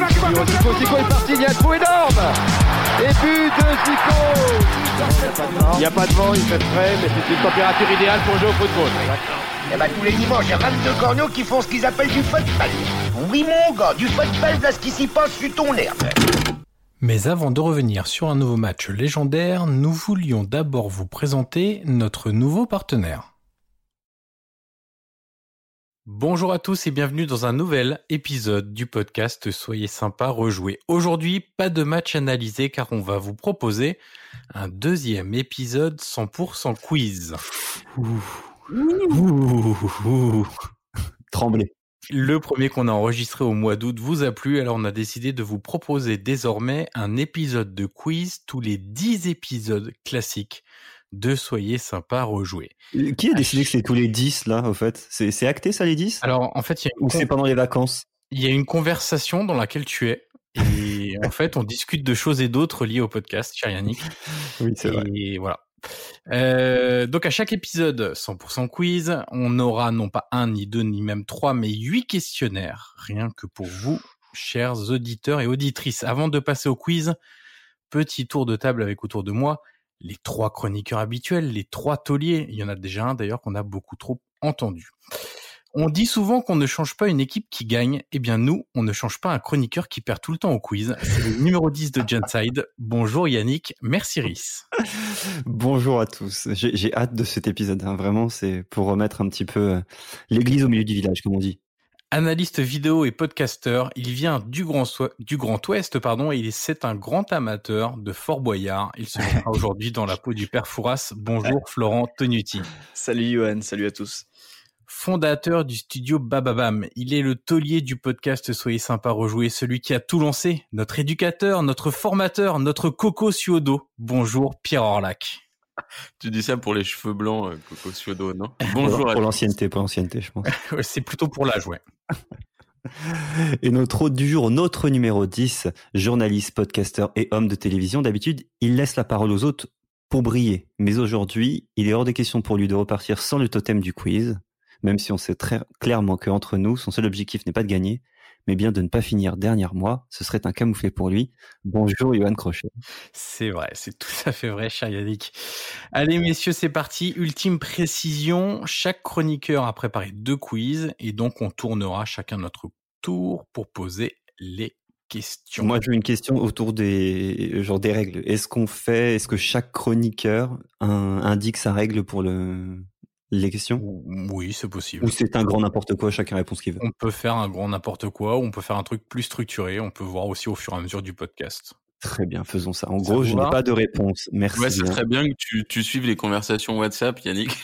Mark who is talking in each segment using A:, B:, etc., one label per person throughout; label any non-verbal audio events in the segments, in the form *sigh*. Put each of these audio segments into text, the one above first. A: Zico, Zico est parti, il y a un trou énorme Et but de Zico Il n'y a pas de vent, il fait frais, mais c'est une température idéale pour jouer au football.
B: Eh ben, tous les dimanches, il y a 22 corneaux qui font ce qu'ils appellent du football. Oui, mon gars, du football, là, ce qui s'y passe, sur ton herbe.
C: Mais avant de revenir sur un nouveau match légendaire, nous voulions d'abord vous présenter notre nouveau partenaire. Bonjour à tous et bienvenue dans un nouvel épisode du podcast Soyez sympa, rejouez. Aujourd'hui, pas de match analysé car on va vous proposer un deuxième épisode 100% quiz.
D: Trembler.
C: Le premier qu'on a enregistré au mois d'août vous a plu, alors on a décidé de vous proposer désormais un épisode de quiz tous les 10 épisodes classiques de Soyez sympa, rejouez.
D: Qui a décidé que c'est tous les 10 là, au fait c'est, c'est acté ça, les 10
C: Alors en fait, il y a une
D: Ou c'est pendant les vacances
C: il y a une conversation dans laquelle tu es. Et en fait, on discute de choses et d'autres liées au podcast, cher Yannick.
D: Oui, c'est vrai.
C: Et voilà. Euh, donc à chaque épisode 100% quiz, on aura non pas un, ni deux, ni même trois, mais huit questionnaires, rien que pour vous, chers auditeurs et auditrices. Avant de passer au quiz, petit tour de table avec autour de moi les trois chroniqueurs habituels, les trois tauliers. Il y en a déjà un d'ailleurs qu'on a beaucoup trop entendu. On dit souvent qu'on ne change pas une équipe qui gagne. Eh bien, nous, on ne change pas un chroniqueur qui perd tout le temps au quiz. C'est le numéro 10 de Genside. Bonjour Yannick, merci Riss.
D: Bonjour à tous. J'ai, j'ai hâte de cet épisode. hein. Vraiment, c'est pour remettre un petit peu euh, l'église au milieu du village, comme on dit.
C: Analyste vidéo et podcasteur, il vient du Grand, Soi- du Grand Ouest pardon, et il c'est un grand amateur de Fort Boyard. Il se
E: *laughs*
C: mettra aujourd'hui dans la peau du père Fouras. Bonjour Florent Tonuti.
E: Salut Johan, salut à tous.
C: Fondateur du studio Bababam, il est le taulier du podcast Soyez sympa rejouer, celui qui a tout lancé, notre éducateur, notre formateur, notre coco suodo. Bonjour Pierre Orlac. *laughs*
E: Tu dis ça pour les cheveux blancs, euh, Coco Ciodo, non
D: *laughs* Pour-
E: Bonjour à
D: Pour l'ancienneté, pour l'ancienneté, je pense.
C: Ouais, C'est plutôt pour l'âge, ouais.
D: Et notre hôte du jour, notre numéro 10, journaliste, podcasteur et homme de télévision, d'habitude, il laisse la parole aux autres pour briller. Mais aujourd'hui, il est hors de question pour lui de repartir sans le totem du quiz, même si on sait très clairement qu'entre nous, son seul objectif n'est pas de gagner, mais bien de ne pas finir dernier mois. Ce serait un camouflet pour lui. Bonjour, Johan Crochet.
C: C'est vrai, c'est tout à fait vrai, cher Yannick. Allez, messieurs, c'est parti. Ultime précision, chaque chroniqueur a préparé deux quiz et donc on tournera chacun notre tour pour poser les questions.
D: Moi, j'ai une question autour des, genre des règles. Est-ce qu'on fait, est-ce que chaque chroniqueur hein, indique sa règle pour le, les questions?
C: oui, c'est possible.
D: Ou c'est un grand n'importe quoi, chacun répond ce qu'il veut.
C: On peut faire un grand n'importe quoi, ou on peut faire un truc plus structuré, on peut voir aussi au fur et à mesure du podcast.
D: Très bien, faisons ça. En
C: Ça
D: gros,
C: vous
D: je
C: va
D: n'ai pas de réponse. Merci.
E: Ouais, c'est
D: bien.
E: très bien que tu, tu suives les conversations WhatsApp,
D: *laughs*
E: Yannick.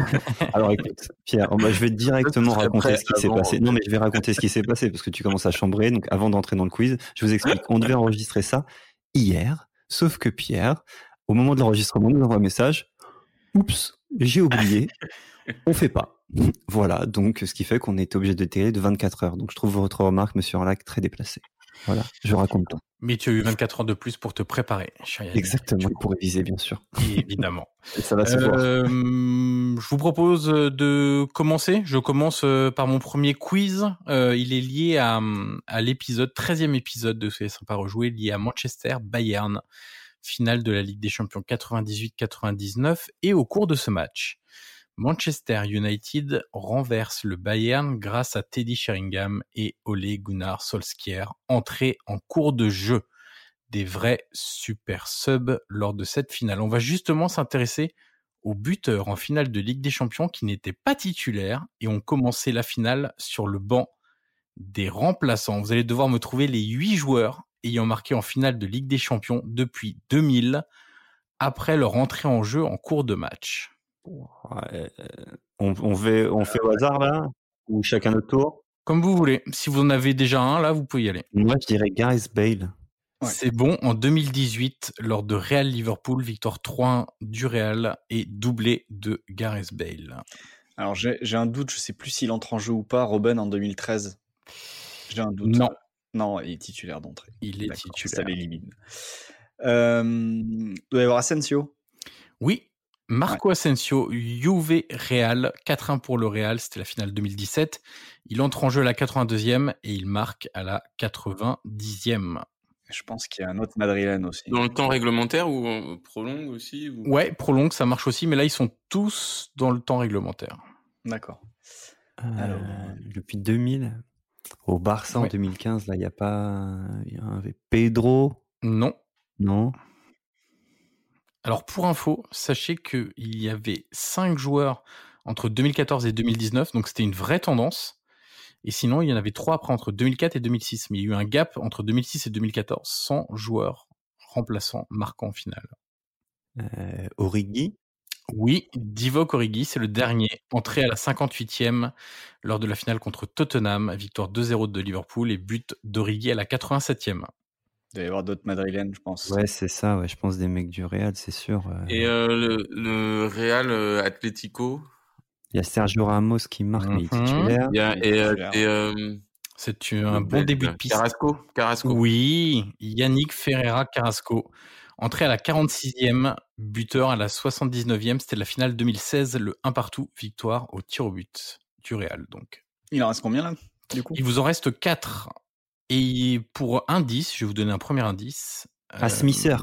E: *laughs*
D: Alors écoute, Pierre, oh, bah, je vais directement
E: Ça, ce serait
D: raconter
E: prêt
D: ce qui s'est
E: avant,
D: passé.
E: euh,
D: Non, mais je vais raconter ce qui s'est passé parce que tu commences à chambrer. Donc, avant d'entrer dans le quiz, je vous explique. On devait enregistrer ça hier, sauf que Pierre, au moment de l'enregistrement, nous envoie un message. Oups, j'ai oublié. On fait pas. Voilà, donc ce qui fait qu'on était obligé de télé de 24 heures. Donc, je trouve votre remarque, Monsieur Arlac, très déplacée. Voilà, je raconte tout.
C: Mais tu as eu 24 heures de plus pour te préparer, cher Yannick.
D: Exactement, pour réviser, bien sûr.
C: Évidemment.
D: Et ça va se voir.
C: Euh, je vous propose de commencer. Je commence euh, par mon premier quiz. Euh, il est lié à, hum, à l'épisode, 13e épisode de Soyez sympa rejoué, lié à Manchester Bayern, finale de la Ligue des Champions 98-99. Et au cours de ce match, Manchester United renverse le Bayern grâce à Teddy Sheringham et Ole Gunnar Solskjaer, entrés en cours de jeu des vrais super subs lors de cette finale. On va justement s'intéresser au buteur en finale de Ligue des Champions qui n'était pas titulaire et ont commencé la finale sur le banc des remplaçants. Vous allez devoir me trouver les huit joueurs ayant marqué en finale de Ligue des Champions depuis 2000 après leur entrée en jeu en cours de match.
D: Ouais, euh, on, on, fait, on fait au hasard là Ou chacun notre tour
C: Comme vous voulez. Si vous en avez déjà un, là, vous pouvez y aller.
D: Moi je dirais Gareth Bale.
C: C'est bon. En 2018, lors de Real Liverpool, victoire 3-1 du Real et doublé de Gareth Bale.
F: Alors j'ai j'ai un doute, je sais plus s'il entre en jeu ou pas, Robin en 2013. J'ai un doute.
C: Non.
F: Non, il est titulaire d'entrée.
C: Il est
F: D'accord, Ça
C: titulaire.
F: l'élimine. Euh, il doit y avoir Asensio.
C: Oui, Marco Asensio, Juve Real, 4-1 pour le Real, c'était la finale 2017. Il entre en jeu à la 82e et il marque à la 90e.
F: Je pense qu'il y a un autre Madrilène aussi.
E: Dans le temps réglementaire ou on prolongue aussi ou-
C: Ouais, prolongue, ça marche aussi, mais là ils sont tous dans le temps réglementaire.
F: D'accord. Alors.
D: Alors, Euh, depuis 2000, au Barça en
C: Ouais.
D: 2015, là, il n'y a pas. Il y avait Pedro,
C: Non.
D: non
C: Alors pour info, sachez qu'il y avait 5 joueurs entre 2014 et 2019, donc c'était une vraie tendance. Et sinon, il y en avait 3 après entre 2004 et 2006, mais il y a eu un gap entre 2006 et 2014, 100 joueurs remplaçants marquants en finale.
D: Euh, Origi
C: Oui, Divock Origi, c'est le dernier, entré à la 58e lors de la finale contre Tottenham, victoire 2-0 de Liverpool et but d'Origi à la 87e.
F: Il doit y avoir d'autres Madrilènes, je pense.
D: Ouais, c'est ça, ouais, je pense des mecs du Real, c'est sûr. euh.
E: Et euh, le, le Real euh, Atlético.
D: Il y a Sergio Ramos qui marque, Ah, mais il est
C: Mhm.
D: titulaire.
E: Il y a, et, euh, et, euh,
C: C'est un bon
E: le Belge,
C: début de piste.
E: Carrasco. Carrasco.
C: Oui, Yannick Ferreira Carrasco, entré à la 46e, buteur à la 79e, c'était la finale 2016, le 1 partout, victoire au tir au but du Real donc.
F: Il en reste combien là Du coup
C: Il vous en reste 4 et pour indice, je vais vous donner un premier indice. Euh,
D: Ah, Smisser.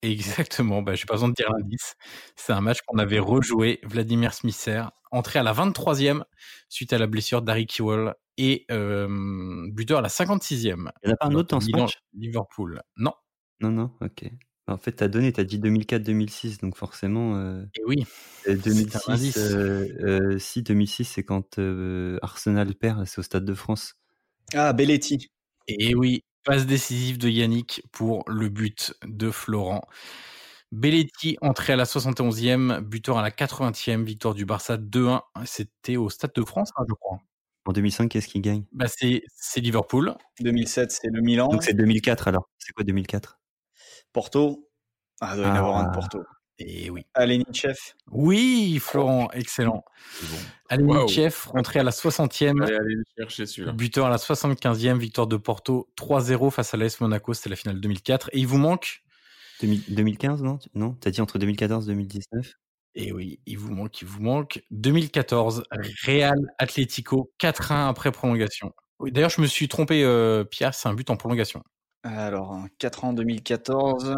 C: Exactement, bah, j'ai pas besoin de dire l'indice. C'est un match qu'on avait rejoué, Vladimir Smisser, entré à la 23e suite à la blessure d'Harry Kewell et euh, buteur à la 56e.
D: Il n'y en a pas un
C: Donc,
D: autre dans ce
C: Milan-
D: match
C: Liverpool. Non,
D: Non, non, ok. En fait, t'as donné, t'as dit 2004-2006, donc forcément, euh,
C: et oui. C'est
D: euh,
C: un
D: 2006,
C: indice.
D: euh, euh, si 2006, c'est quand euh, Arsenal perd, c'est au Stade de France.
F: Ah, Belletti.
C: Et oui, passe décisive de Yannick pour le but de Florent. Belletti, entré à la 71e, buteur à la 80e, victoire du Barça 2-1. C'était au Stade de France, hein, je crois.
D: En 2005, qu'est-ce qu'il gagne
C: Bah, c'est c'est Liverpool.
F: 2007, c'est le Milan.
D: Donc c'est 2004 alors. C'est quoi 2004
F: Porto. Ah, il doit y en avoir
D: Ah.
F: un de Porto.
C: Et oui.
F: Alenichev.
C: Oui, Florent, excellent. Alenichev, rentré à la 60e,
E: Allez, allez le chercher
D: Mmh.
E: celui-là.
C: buteur à la 75e, victoire de Porto 3-0 face à l'AS Monaco. C'était la finale 2004. Et il vous manque
D: 2000 2015, non tu- Non T'as dit entre 2014 et 2019
C: Et oui, il vous manque, il vous manque. 2014, Real Atlético, 4-1 après prolongation. Oui, D'ailleurs, je me suis trompé, euh, Pierre, c'est un but en prolongation.
F: Alors, 4 ans 2014.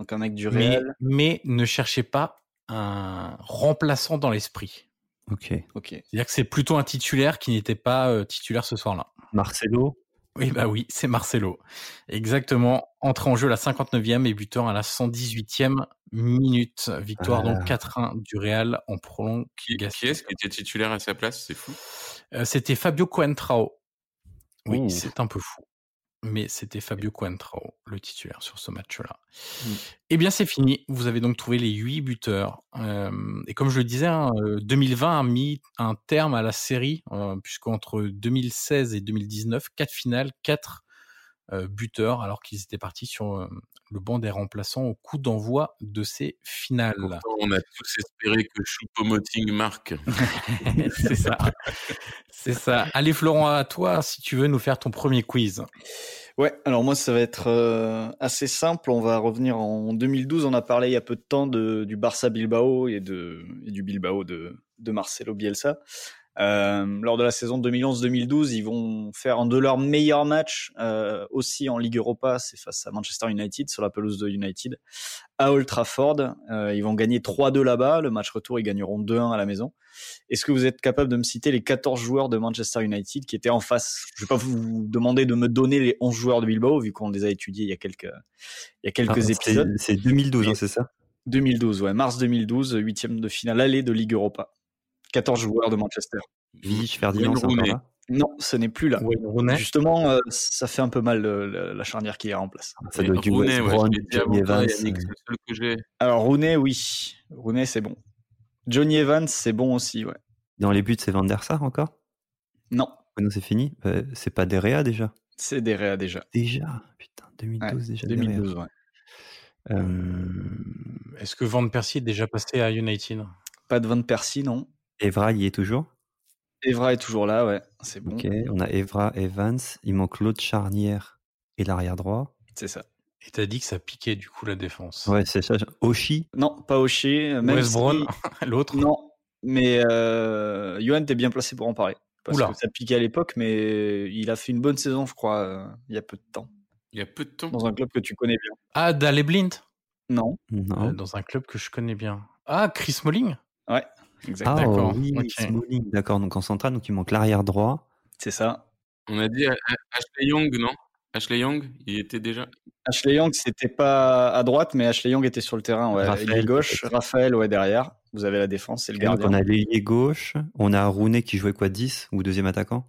F: Donc un mec du
C: Mais,
F: Real.
C: mais ne cherchez pas un remplaçant dans l'esprit.
D: Ok.
F: Ok.
C: C'est-à-dire que c'est plutôt un titulaire qui n'était pas euh, titulaire ce soir-là.
D: Marcelo
C: Oui, bah oui, c'est Marcelo. Exactement. Entré en jeu à la 59e et buteur à la 118e minute. Victoire
D: Ah.
C: donc 4-1 du Real en prolongation.
E: Qui, qui est-ce qui était titulaire à sa place C'est fou.
C: Euh, c'était Fabio Coentrao. Oui,
D: Ouh.
C: c'est un peu fou. Mais c'était Fabio Coentrao, le titulaire sur ce match-là. Eh bien, c'est fini. Vous avez donc trouvé les huit buteurs. Euh, et comme je le disais, hein, euh, 2020 a mis un terme à la série, euh, puisqu'entre 2016 et 2019, quatre finales, quatre euh, buteurs, alors qu'ils étaient partis sur euh, le banc des remplaçants au coup d'envoi de ces finales.
E: Pourtant, on a tous espéré que Choupo-Moting marque.
C: *laughs* c'est ça. C'est ça. Allez, Florent, à toi, si tu veux nous faire ton premier quiz.
F: Ouais, alors moi, ça va être euh, assez simple. On va revenir en 2012. On a parlé il y a peu de temps de, du Barça Bilbao et, de, et du Bilbao de, de Marcelo Bielsa. Euh, lors de la saison 2011-2012, ils vont faire un de leurs meilleurs matchs euh, aussi en Ligue Europa. C'est face à Manchester United, sur la pelouse de United, à Old Trafford. Euh, ils vont gagner 3-2 là-bas. Le match retour, ils gagneront 2-1 à la maison. Est-ce que vous êtes capable de me citer les 14 joueurs de Manchester United qui étaient en face Je ne vais pas vous demander de me donner les 11 joueurs de Bilbao, vu qu'on les a étudiés il y a quelques, il y a quelques
D: Ah, c'est-
F: épisodes.
D: C'est 2012, hein, c'est ça
F: 2012, ouais, mars 2012, huitième de finale aller de Ligue Europa. 14 joueurs de Manchester.
D: Village, Ferdinand,
E: Wayne
D: c'est encore
E: Rooney.
D: là
F: Non, ce n'est plus là.
C: Wayne Rooney.
F: Justement, euh, ça fait un peu mal le- le- la charnière qui les remplace.
D: Ah, Ça doit être du
E: Rooney,
D: West
E: ouais,
D: Brom,
E: je l'ai dit avant
D: Johnny
E: toi,
D: Evans,
E: Yannick,
D: euh,
E: c'est le seul que j'ai.
F: Alors Rooney, oui, Rooney c'est bon. Johnny Evans c'est bon aussi, ouais.
D: Dans les buts, c'est Van der Sar encore
F: Non,
D: Ouais, Non, c'est fini Euh, C'est pas Derrea déjà
F: c'est Derrea déjà.
D: Déjà Putain, 2012 déjà. Derrea.
F: 2012, ouais.
D: Euh,
C: Est-ce que Van Persie est déjà passé à United
F: Pas de Van Persie, non.
D: Evra, il y est toujours
F: Evra est toujours là, ouais, c'est bon,
D: Ok, on a Evra, Evans, il manque l'autre charnière et l'arrière droit.
F: c'est ça.
C: Et t'as dit que ça piquait du coup la défense.
D: Ouais, c'est ça. Oshi,
F: Non, pas Oshé. euh, même
C: Wes
F: si-
C: Brown, *laughs* l'autre.
F: Non, mais euh, Johan, t'es bien placé pour en parler. Parce
C: Oula.
F: que ça piquait à l'époque, mais il a fait une bonne saison, je crois, euh, il y a peu de temps.
E: Il y a peu de temps.
F: Dans un club que tu connais bien.
C: Ah, Dale Blind,
F: Non,
C: euh,
D: non.
C: dans un club que je connais bien. Ah, Chris Molling
F: exactement.
D: Ah,
C: d'accord,
D: oui,
C: ok.
D: Smalling, d'accord. Donc en centrale, donc il manque l'arrière droit.
F: C'est ça.
E: On a dit euh, Ashley Young, non Ashley Young, il était déjà.
F: Ashley Young, c'était pas à droite, mais Ashley Young était sur le terrain, ouais.
D: Raphaël,
F: Il est gauche,
D: peut-être.
F: Raphaël, ouais, derrière. Vous avez la défense, c'est le
D: Et donc,
F: gardien.
D: on a l'ailier gauche, on a Rooney qui jouait quoi 10 ou deuxième attaquant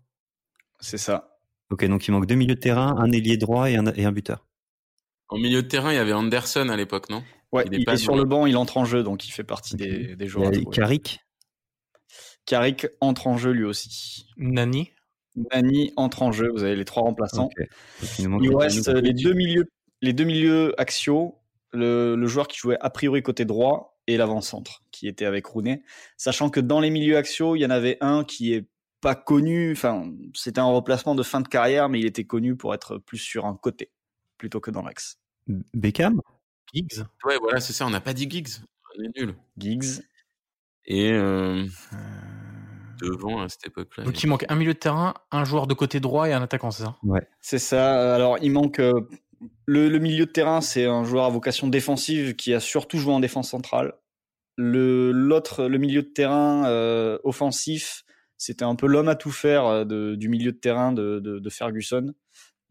F: C'est ça.
D: Ok, donc il manque deux milieux de terrain, un ailier droit et un, et un buteur.
E: En milieu de terrain, il y avait Anderson à l'époque, non
F: Ouais,
E: Il
F: il
E: est
F: est,
E: pas
F: sur
E: doué.
F: le banc, il entre en jeu, donc il fait partie
D: Ok.
F: des, des
D: Il y
F: joueurs.
D: a
F: à trouver.
D: Carrick,
F: Carrick entre en jeu lui aussi.
C: Nani
F: Nani entre en jeu, vous avez les trois remplaçants.
D: Ok. Donc, il nous manque
F: Il vous
D: Lukaku.
F: reste euh, les deux milieux, les deux milieux axiaux, le, le joueur qui jouait a priori côté droit et l'avant-centre qui était avec Rooney. Sachant que dans les milieux axiaux, il y en avait un qui est pas connu. Enfin, c'était un remplacement de fin de carrière, mais il était connu pour être plus sur un côté plutôt que dans l'axe.
D: Beckham
C: Giggs
E: Ouais, voilà, c'est ça. On n'a pas dit Giggs. On est nul.
F: Giggs,
E: Et euh,
C: Euh,
E: devant à cette époque-là.
C: Donc il manque un milieu de terrain, un joueur de côté droit et un attaquant, c'est ça
F: c'est ça. Alors, il manque euh, le, le milieu de terrain, c'est un joueur à vocation défensive qui a surtout joué en défense centrale. Le l'autre, le milieu de terrain euh, offensif, c'était un peu l'homme à tout faire euh, de- du milieu de terrain de, de- de Ferguson.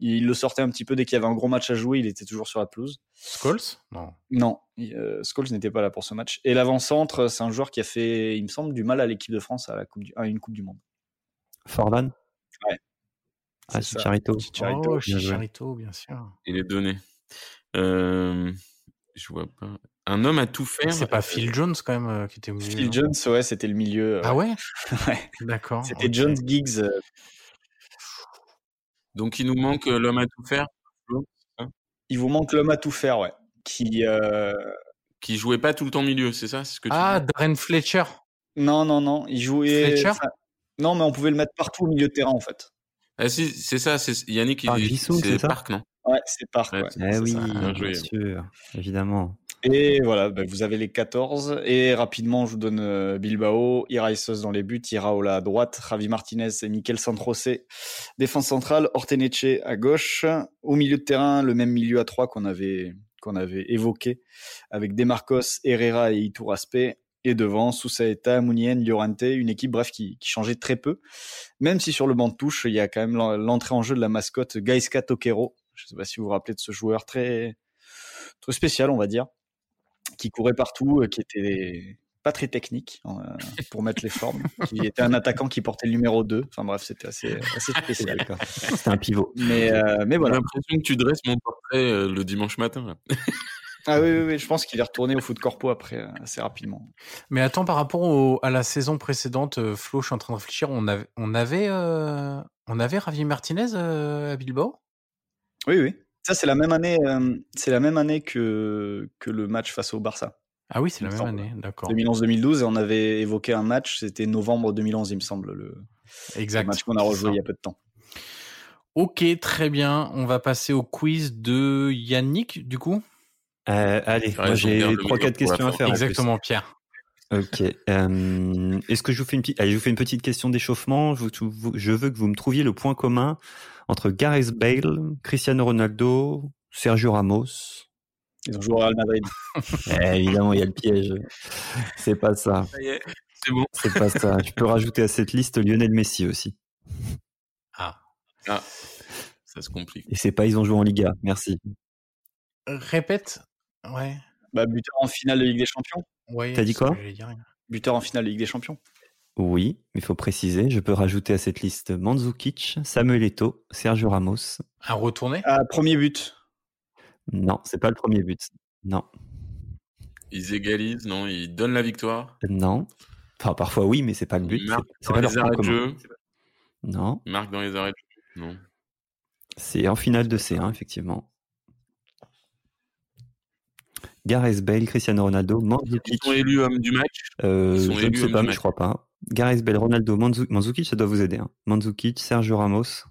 F: Il le sortait un petit peu dès qu'il y avait un gros match à jouer, il était toujours sur la pelouse.
C: Scholes Non.
F: Non, il- euh, Scholes n'était pas là pour ce match. Et l'avant-centre, euh, c'est un joueur qui a fait, il me semble, du mal à l'équipe de France à, la coupe du- à une Coupe du Monde.
D: Forlan
F: Ouais.
D: Ah,
F: C'est ça.
D: Chicharito.
F: Chicharito.
C: oh,
D: bien joué.
C: Chicharito, bien sûr.
E: Il est donné. Euh, je vois pas. Un homme à tout faire.
C: C'est pas Phil Jones quand même euh, qui était au milieu.
F: Phil Jones, ouais, c'était le milieu. euh,
C: Ah ouais
F: *laughs* Ouais.
C: D'accord.
F: C'était
C: ok.
F: Jones Giggs. euh,
E: Donc il nous manque euh, l'homme à tout faire
F: Il vous manque l'homme à tout faire, ouais. Qui euh,
E: qui jouait pas tout le temps milieu, c'est ça C'est ce que tu
C: Ah,
E: dis
C: Darren Fletcher.
F: non non non, il jouait.
C: Fletcher
F: enfin, non, mais on pouvait le mettre partout au milieu de terrain en fait.
E: Ah si, c'est ça. C'est Yannick. il-
D: Ah, Jisoo, c'est
E: c'est
D: ça
E: Park, non
F: Ouais, c'est Park.
E: Ouais,
F: ouais.
D: Eh
E: C'est
D: oui,
E: ça, bien
D: bien
E: joué.
D: sûr, évidemment.
F: Et voilà, bah, vous avez les 14. Et rapidement, je vous donne euh, Bilbao, Iraizos dans les buts, Iraola à droite, Javi Martinez et Mikel Santrosé. Défense centrale, Orteneche à gauche. Au milieu de terrain, le même milieu à 3 qu'on avait, qu'on avait évoqué, avec Demarcos, Herrera et Ituraspe. Et devant, Sousaeta, Mounien, Llorente, une équipe, bref, qui, qui changeait très peu. Même si sur le banc de touche, il y a quand même l'en- l'entrée en jeu de la mascotte Gaisca Toquero. Je ne sais pas si vous vous rappelez de ce joueur très, très spécial, on va dire qui courait partout, euh, qui était pas très technique euh, pour mettre les formes, qui était un attaquant qui portait le numéro 2. Enfin bref, c'était assez,
D: euh,
F: assez spécial.
D: D'accord. C'était un pivot.
F: Mais, euh, mais
E: J'ai
F: voilà.
E: l'impression que tu dresses mon portrait euh, le dimanche matin. là.
F: Ah oui, oui, oui, je pense qu'il est retourné au foot corpo après euh, assez rapidement.
C: Mais attends, par rapport au- à la saison précédente, euh, Flo, je suis en train de réfléchir, on avait, on avait, euh, on avait Javier Martinez euh, à Bilbao
F: Oui, oui. Ça, c'est la même année, euh, c'est la même année que, que le match face au Barça,
C: Ah oui, c'est la
F: Il
C: même
F: me
C: année, d'accord.
F: 2011-2012. Et on avait évoqué un match, c'était novembre 2011, il me semble, le, le
C: Exact.
F: match qu'on a
C: C'est ça.
F: rejoué il y a peu de temps.
C: Ok, très bien. On va passer au quiz de Yannick, du coup.
D: Euh, allez,
E: T'as
D: moi
E: raison,
D: j'ai
E: Pierre,
D: 3-4
E: le milieu pour la
D: questions à
E: fin.
D: faire. en plus.
C: Exactement, Pierre.
D: Ok. euh, Est-ce que je vous fais une petite, allez, je vous fais une petite question d'échauffement. Je, vous- vous- je veux que vous me trouviez le point commun entre Gareth Bale, Cristiano Ronaldo, Sergio Ramos.
F: Ils ont joué au Real Madrid.
D: Eh, évidemment, il y a le piège. C'est pas ça.
E: Ça y est, C'est bon.
D: C'est pas ça. Je peux rajouter à cette liste Lionel Messi aussi.
E: Ça se complique.
D: Et c'est pas ils ont joué en Liga. Merci.
C: Répète. Ouais.
F: Bah, buteur en finale de Ligue des Champions.
C: ouais
D: T'as dit
C: c'est ce que
D: quoi
C: j'allais dire.
F: Buteur en finale de Ligue des Champions.
D: Oui, mais il faut préciser. Je peux rajouter à cette liste Mandzukic, Samuel Eto'o, Sergio Ramos.
C: Un retourné.
F: Ah, premier but.
D: Non, c'est pas le premier but. Non,
E: Ils égalisent, non Ils donnent la victoire.
D: non. Enfin, parfois oui, mais c'est pas le but.
E: Ils
D: C'est-
E: marquent
D: C'est
E: dans
D: pas
E: les
D: leur
E: arrêts
D: point
E: de
D: commun.
E: jeu.
D: Non.
E: Ils marquent dans les arrêts de jeu. Non.
D: C'est en finale de C1, effectivement. Gareth Bale, Cristiano Ronaldo,
E: Ils
D: Mandzukic.
E: sont élus hommes du match.
D: Euh,
E: ils sont
D: je ne
E: élus
D: sais
E: au
D: pas,
E: même
D: mais je crois pas. Gareth Bale, Ronaldo, Mandzu- Mandzukic, ça doit vous aider. hein. Mandzukic, Sergio Ramos,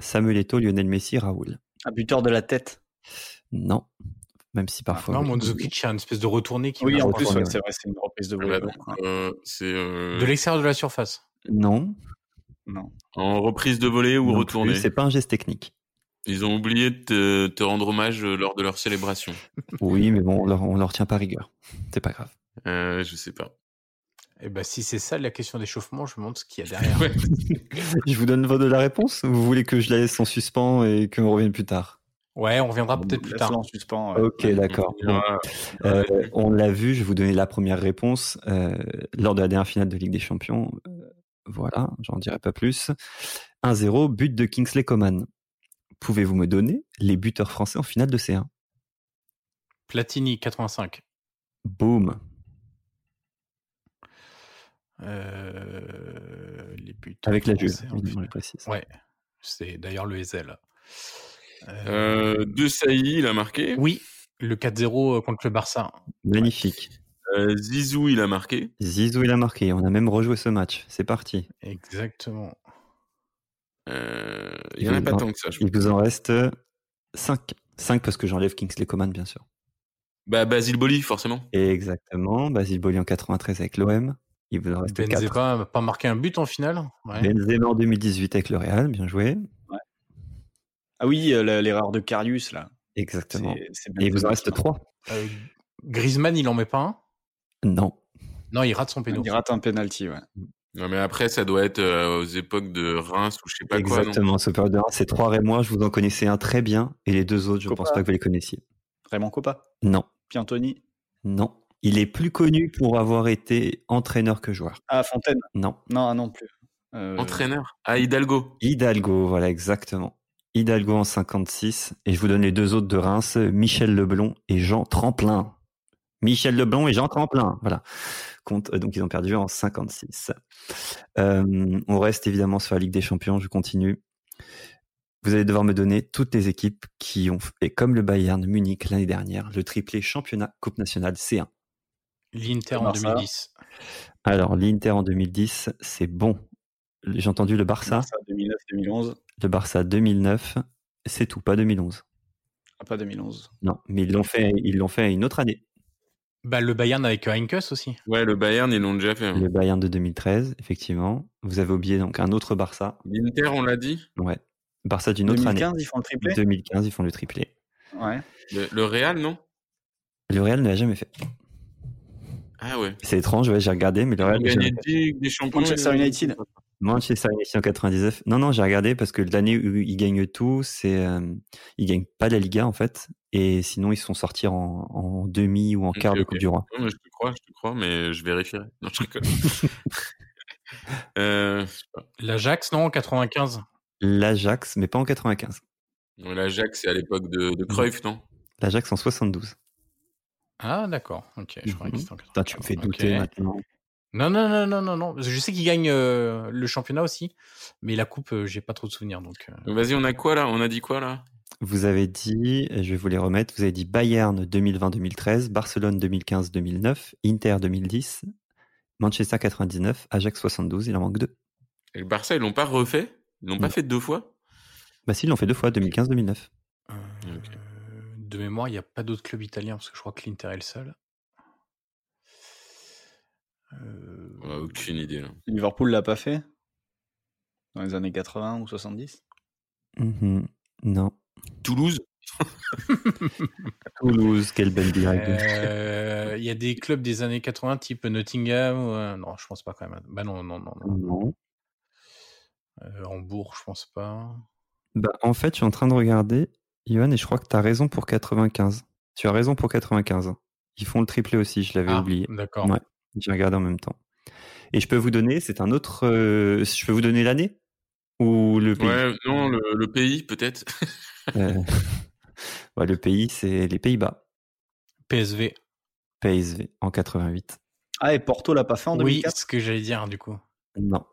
D: Samuel Eto'o, Lionel Messi, Raoul.
F: Un buteur de la tête.
D: Non. Même si parfois.
C: Non, Mandzukic, c'est une espèce de retourné qui
F: Oui,
C: marche
F: en
C: pas.
F: plus,
D: retourné,
F: ouais,
D: ouais.
F: c'est vrai, c'est une reprise de
E: Ah bah,
F: volée.
E: donc, euh, c'est euh,
C: de l'extérieur de la surface.
D: Non.
E: en reprise de volée ou
D: non plus,
E: retournée.
D: C'est pas un geste technique.
E: Ils ont oublié de te, te rendre hommage euh, lors de leur célébration.
D: Oui, mais bon, on leur, on leur tient pas rigueur. C'est pas grave.
E: Euh, je sais pas.
C: Et bah, si c'est ça la question d'échauffement, je me demande ce qu'il y a derrière.
E: Ouais.
D: Je vous donne de la réponse ou vous voulez que je la laisse en suspens et qu'on revienne plus tard
C: Ouais, on reviendra peut-être plus tard.
F: en suspens. ouais.
D: Ok, d'accord. Bon.
E: Ah,
D: Euh, on l'a vu, je vais vous donner la première réponse euh, lors de la dernière finale de Ligue des Champions. Euh, voilà, j'en dirai pas plus. 1-0, but de Kingsley Coman. Pouvez-vous me donner les buteurs français en finale de C1
C: Platini, 85.
D: Boum.
C: Euh, les buts.
D: Avec la Juve,
C: français, en
D: évidemment,
C: fait.
D: je précise.
C: Ouais. C'est d'ailleurs le SL. Euh,
E: euh, de Sailly, il a marqué.
C: Oui, le 4-0 contre le Barça.
D: Magnifique.
E: Euh, Zizou, il a marqué.
D: Zizou, il a marqué. On a même rejoué ce match. C'est parti.
C: Exactement.
E: Euh, il y en a
D: Il
E: pas
D: en-
E: tant que ça. Je...
D: Il vous en reste 5. 5 parce que j'enlève Kingsley Coman, bien sûr.
E: Bah, Basile Boli, forcément.
D: Exactement. Basile Boli en 93 avec l'OM. Il vous en reste 4.
C: Benzema n'a pas marqué un but en finale. Ouais.
D: Benzema en 2018 avec le Real. Bien joué.
F: Ah oui, euh, la- l'erreur de Carius, là. C'est-
D: Exactement.
F: c'est
D: Et il vous en
F: Benzema qui
D: reste 3
C: Euh, Griezmann, il en met pas un.
D: Non.
C: Non, il rate son pénalty.
F: Il rate un penalty, ouais.
E: Non, mais après, ça doit être euh, aux époques de Reims ou je sais pas quoi. non
D: Exactement. Ce période de Reims, c'est 3 Rémois. Je vous en connaissais un très bien. Et les deux autres, je ne
F: Copa.
D: pense pas que vous les connaissiez.
F: Raymond Coppa,
D: Non.
F: Piantoni,
D: Non. Il est plus connu pour avoir été entraîneur que joueur.
F: ah Fontaine,
D: Non.
F: non, ah, non plus. Euh,
E: Entraîneur. Ah, Hidalgo.
D: Hidalgo, voilà, exactement. Hidalgo en 56. Et je vous donne les deux autres de Reims, Michel Leblon et Jean Tremplin. Michel Leblon et Jean Tremplin, voilà. Compte, euh, donc ils ont perdu en 56. Euh, on reste évidemment sur la Ligue des Champions, je continue. Vous allez devoir me donner toutes les équipes qui ont fait, comme le Bayern Munich l'année dernière, le triplé championnat Coupe nationale C1.
C: L'Inter en
F: Barça.
C: 2010.
D: Alors, l'Inter en 2010, c'est bon. J'ai entendu le Barça,
F: Barça, 2009, 2011,
D: le Barça 2009, c'est tout, pas 2011.
F: ah, pas 2011.
D: Non, mais ils l'ont fait, ils l'ont fait une autre année.
C: Bah, le Bayern avec Heynckes aussi.
E: Ouais, le Bayern, ils l'ont déjà fait. hein.
D: Le Bayern de 2013, effectivement. Vous avez oublié donc un autre Barça.
E: L'Inter, on l'a dit.
D: Ouais. Barça d'une autre
F: 2015,
D: année.
F: ils font le triplé.
D: 2015, ils font le triplé.
F: Ouais.
E: Le, le Real, non
D: Le Real ne l'a jamais fait.
E: Ah ouais.
D: C'est étrange, ouais, j'ai regardé, mais le Real.
E: Ils ont
D: n'a jamais
E: gagné
D: fait.
E: des, des champions. euh,
F: Manchester United,
D: Manchester United en 99. Non, non, j'ai regardé parce que l'année où ils gagnent tout, c'est euh, ils gagnent pas la Liga en fait, et sinon ils sont sortis en, en demi ou en quart de
E: ok.
D: Coupe du Roi.
E: Non, mais je te crois, je te crois, mais je vérifierai. Non, je *laughs* rigole. euh,
C: L'Ajax, non, en 95.
D: L'Ajax, mais pas en 95.
E: L'Ajax, c'est à l'époque de, de Cruyff, non
D: L'Ajax en 72.
C: Ah, d'accord. Ok, je croyais que c'était en 95.
D: Mhm. Putain, tu me fais douter
C: Ok.
D: maintenant.
C: Non, non, non, non, non, non. Parce que Je sais qu'il gagne euh, le championnat aussi, mais la coupe, euh, j'ai pas trop de souvenirs. Donc, euh,
E: Donc, Vas-y, on a quoi là On a dit quoi là
D: Vous avez dit, je vais vous les remettre, vous avez dit Bayern 2020-2013, Barcelone 2015-2009, Inter 2010, Manchester 99, Ajax 72, il en manque deux.
E: Et Le Barça, ils l'ont pas refait Ils l'ont pas
D: Non.
E: fait deux fois
D: Bah si, ils l'ont fait deux fois, 2015-2009.
C: euh, de mémoire, il n'y a pas d'autres clubs italiens parce que je crois que l'Inter est le seul. Euh,
E: On a aucune idée. là.
F: Liverpool l'a pas fait dans les années 80 ou 70.
D: Mhm. Non.
E: Toulouse
D: Toulouse, quelle belle blague.
C: euh, Il y a des clubs des années 80 type Nottingham. ou, euh, non, je pense pas quand même. Bah non, non, non. non.
D: Non.
C: Euh, Hambourg, je pense pas.
D: Bah, en fait, je suis en train de regarder, Johan, et je crois que tu as raison pour 95. Tu as raison pour 95. Ils font le triplé aussi, je l'avais
C: Ah,
D: oublié.
C: D'accord.
D: Ouais. J'ai regardé en même temps. Et je peux vous donner, c'est un autre... euh, je peux vous donner l'année Ou le pays
E: Ouais, non, le, le pays peut-être.
D: Euh, *laughs* ouais, le pays, c'est les Pays-Bas.
C: PSV.
D: PSV en 88.
F: Ah, et Porto l'a pas fait en
C: Oui,
F: 2004.
C: ce que j'allais dire du coup.
D: Non.